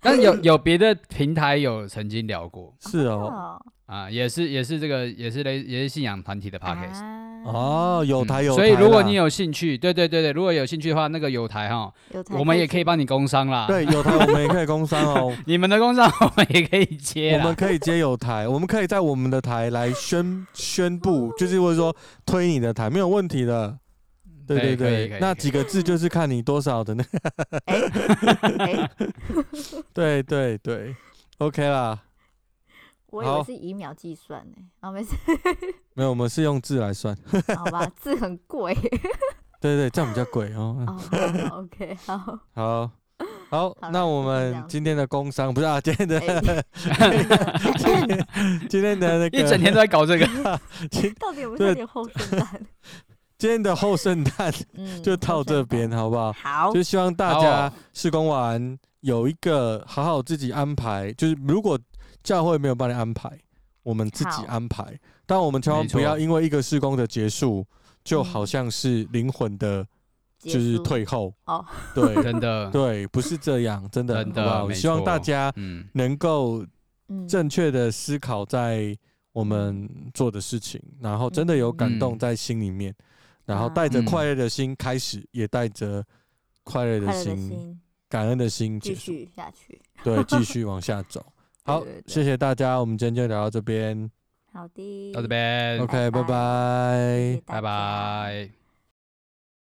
[SPEAKER 1] 但是有有别的平台有曾经聊过
[SPEAKER 2] 是哦，
[SPEAKER 3] 哦
[SPEAKER 1] 啊，也是也是这个也是类也是信仰团体的 podcast。
[SPEAKER 3] 啊，
[SPEAKER 2] 哦，有台
[SPEAKER 1] 嗯
[SPEAKER 2] 有台
[SPEAKER 1] 所
[SPEAKER 2] 啦，
[SPEAKER 1] 以如果你有兴趣，对对对对，如果有兴趣的话，那个有台哈，
[SPEAKER 3] 有才
[SPEAKER 1] 我们也
[SPEAKER 3] 去
[SPEAKER 1] 可以帮你工商啦。，
[SPEAKER 2] 对有台，我们也可以工商哦，
[SPEAKER 1] 你们的工商我们也可以接
[SPEAKER 2] 我
[SPEAKER 1] 啦
[SPEAKER 2] 们。可以接有台， 我们可以在我们的台来宣宣布，就是或者说推你的台，没有问题的。对
[SPEAKER 1] 可以嗯可
[SPEAKER 2] 对
[SPEAKER 1] 以可
[SPEAKER 2] 对，
[SPEAKER 1] 以
[SPEAKER 2] 那
[SPEAKER 1] 可以
[SPEAKER 2] 几个字就是看你多少的那，
[SPEAKER 3] 哎哎，
[SPEAKER 2] 对对对，OK 啦，
[SPEAKER 3] 我以
[SPEAKER 2] 好
[SPEAKER 3] 为是以秒计算呢、啊、没事，
[SPEAKER 2] 没有，我们是用字来算，
[SPEAKER 3] 好吧，字很 贵
[SPEAKER 2] 对对，这样比较贵哦。
[SPEAKER 3] 哦。好好 OK，好，
[SPEAKER 2] 好，好，
[SPEAKER 3] 好
[SPEAKER 2] 那
[SPEAKER 3] 啦
[SPEAKER 2] 我
[SPEAKER 3] 就这
[SPEAKER 2] 们
[SPEAKER 3] 样
[SPEAKER 2] 今天的工商不 是啊，今天的
[SPEAKER 3] 哎
[SPEAKER 2] 今天的那
[SPEAKER 1] 一整
[SPEAKER 2] 个
[SPEAKER 1] 天都在搞这个，
[SPEAKER 2] 今
[SPEAKER 3] 到底有没
[SPEAKER 2] 对
[SPEAKER 3] 有点后生蛋？
[SPEAKER 2] 今天的后圣诞
[SPEAKER 3] 嗯，
[SPEAKER 2] 就到
[SPEAKER 3] 后
[SPEAKER 2] 这
[SPEAKER 3] 圣诞
[SPEAKER 2] 边，。好不好？
[SPEAKER 3] 好，
[SPEAKER 2] 就希望大
[SPEAKER 1] 好
[SPEAKER 2] 家
[SPEAKER 1] 哦
[SPEAKER 2] 施工完有一个好好自己安排，就是如果教会没有帮你安排，我们自己
[SPEAKER 3] 好
[SPEAKER 2] 安排。但我们千万
[SPEAKER 1] 没
[SPEAKER 2] 不
[SPEAKER 1] 错
[SPEAKER 2] 要因为一个施工的结束，就好像是灵魂的
[SPEAKER 3] 结
[SPEAKER 2] 就是
[SPEAKER 3] 束
[SPEAKER 2] 退后。
[SPEAKER 3] 哦，
[SPEAKER 2] 对
[SPEAKER 1] 真的。
[SPEAKER 2] 对，不是这样，真的，
[SPEAKER 1] 真的
[SPEAKER 2] 好不好
[SPEAKER 1] 没
[SPEAKER 2] 希望
[SPEAKER 1] 错
[SPEAKER 2] 大家
[SPEAKER 1] 嗯，
[SPEAKER 2] 能够
[SPEAKER 3] 嗯，
[SPEAKER 2] 正确的思考在我们做的事情，然后真的有感动
[SPEAKER 1] 嗯
[SPEAKER 2] 在心里面，然后
[SPEAKER 3] 啊
[SPEAKER 2] 带着
[SPEAKER 1] 嗯
[SPEAKER 2] 快乐的心开始，也带着快乐的
[SPEAKER 3] 快乐的
[SPEAKER 2] 心
[SPEAKER 3] 心
[SPEAKER 2] 感恩的心
[SPEAKER 3] 继
[SPEAKER 2] 结束，
[SPEAKER 3] 续下去。
[SPEAKER 2] 对，继续往下走。好，
[SPEAKER 3] 对对对
[SPEAKER 2] 谢谢大家，我们今天就聊到这边
[SPEAKER 3] 好的，
[SPEAKER 1] 到这边，
[SPEAKER 2] ，OK，拜
[SPEAKER 3] 拜拜
[SPEAKER 2] 拜
[SPEAKER 3] 谢谢。大
[SPEAKER 1] 拜
[SPEAKER 3] 家
[SPEAKER 1] 拜。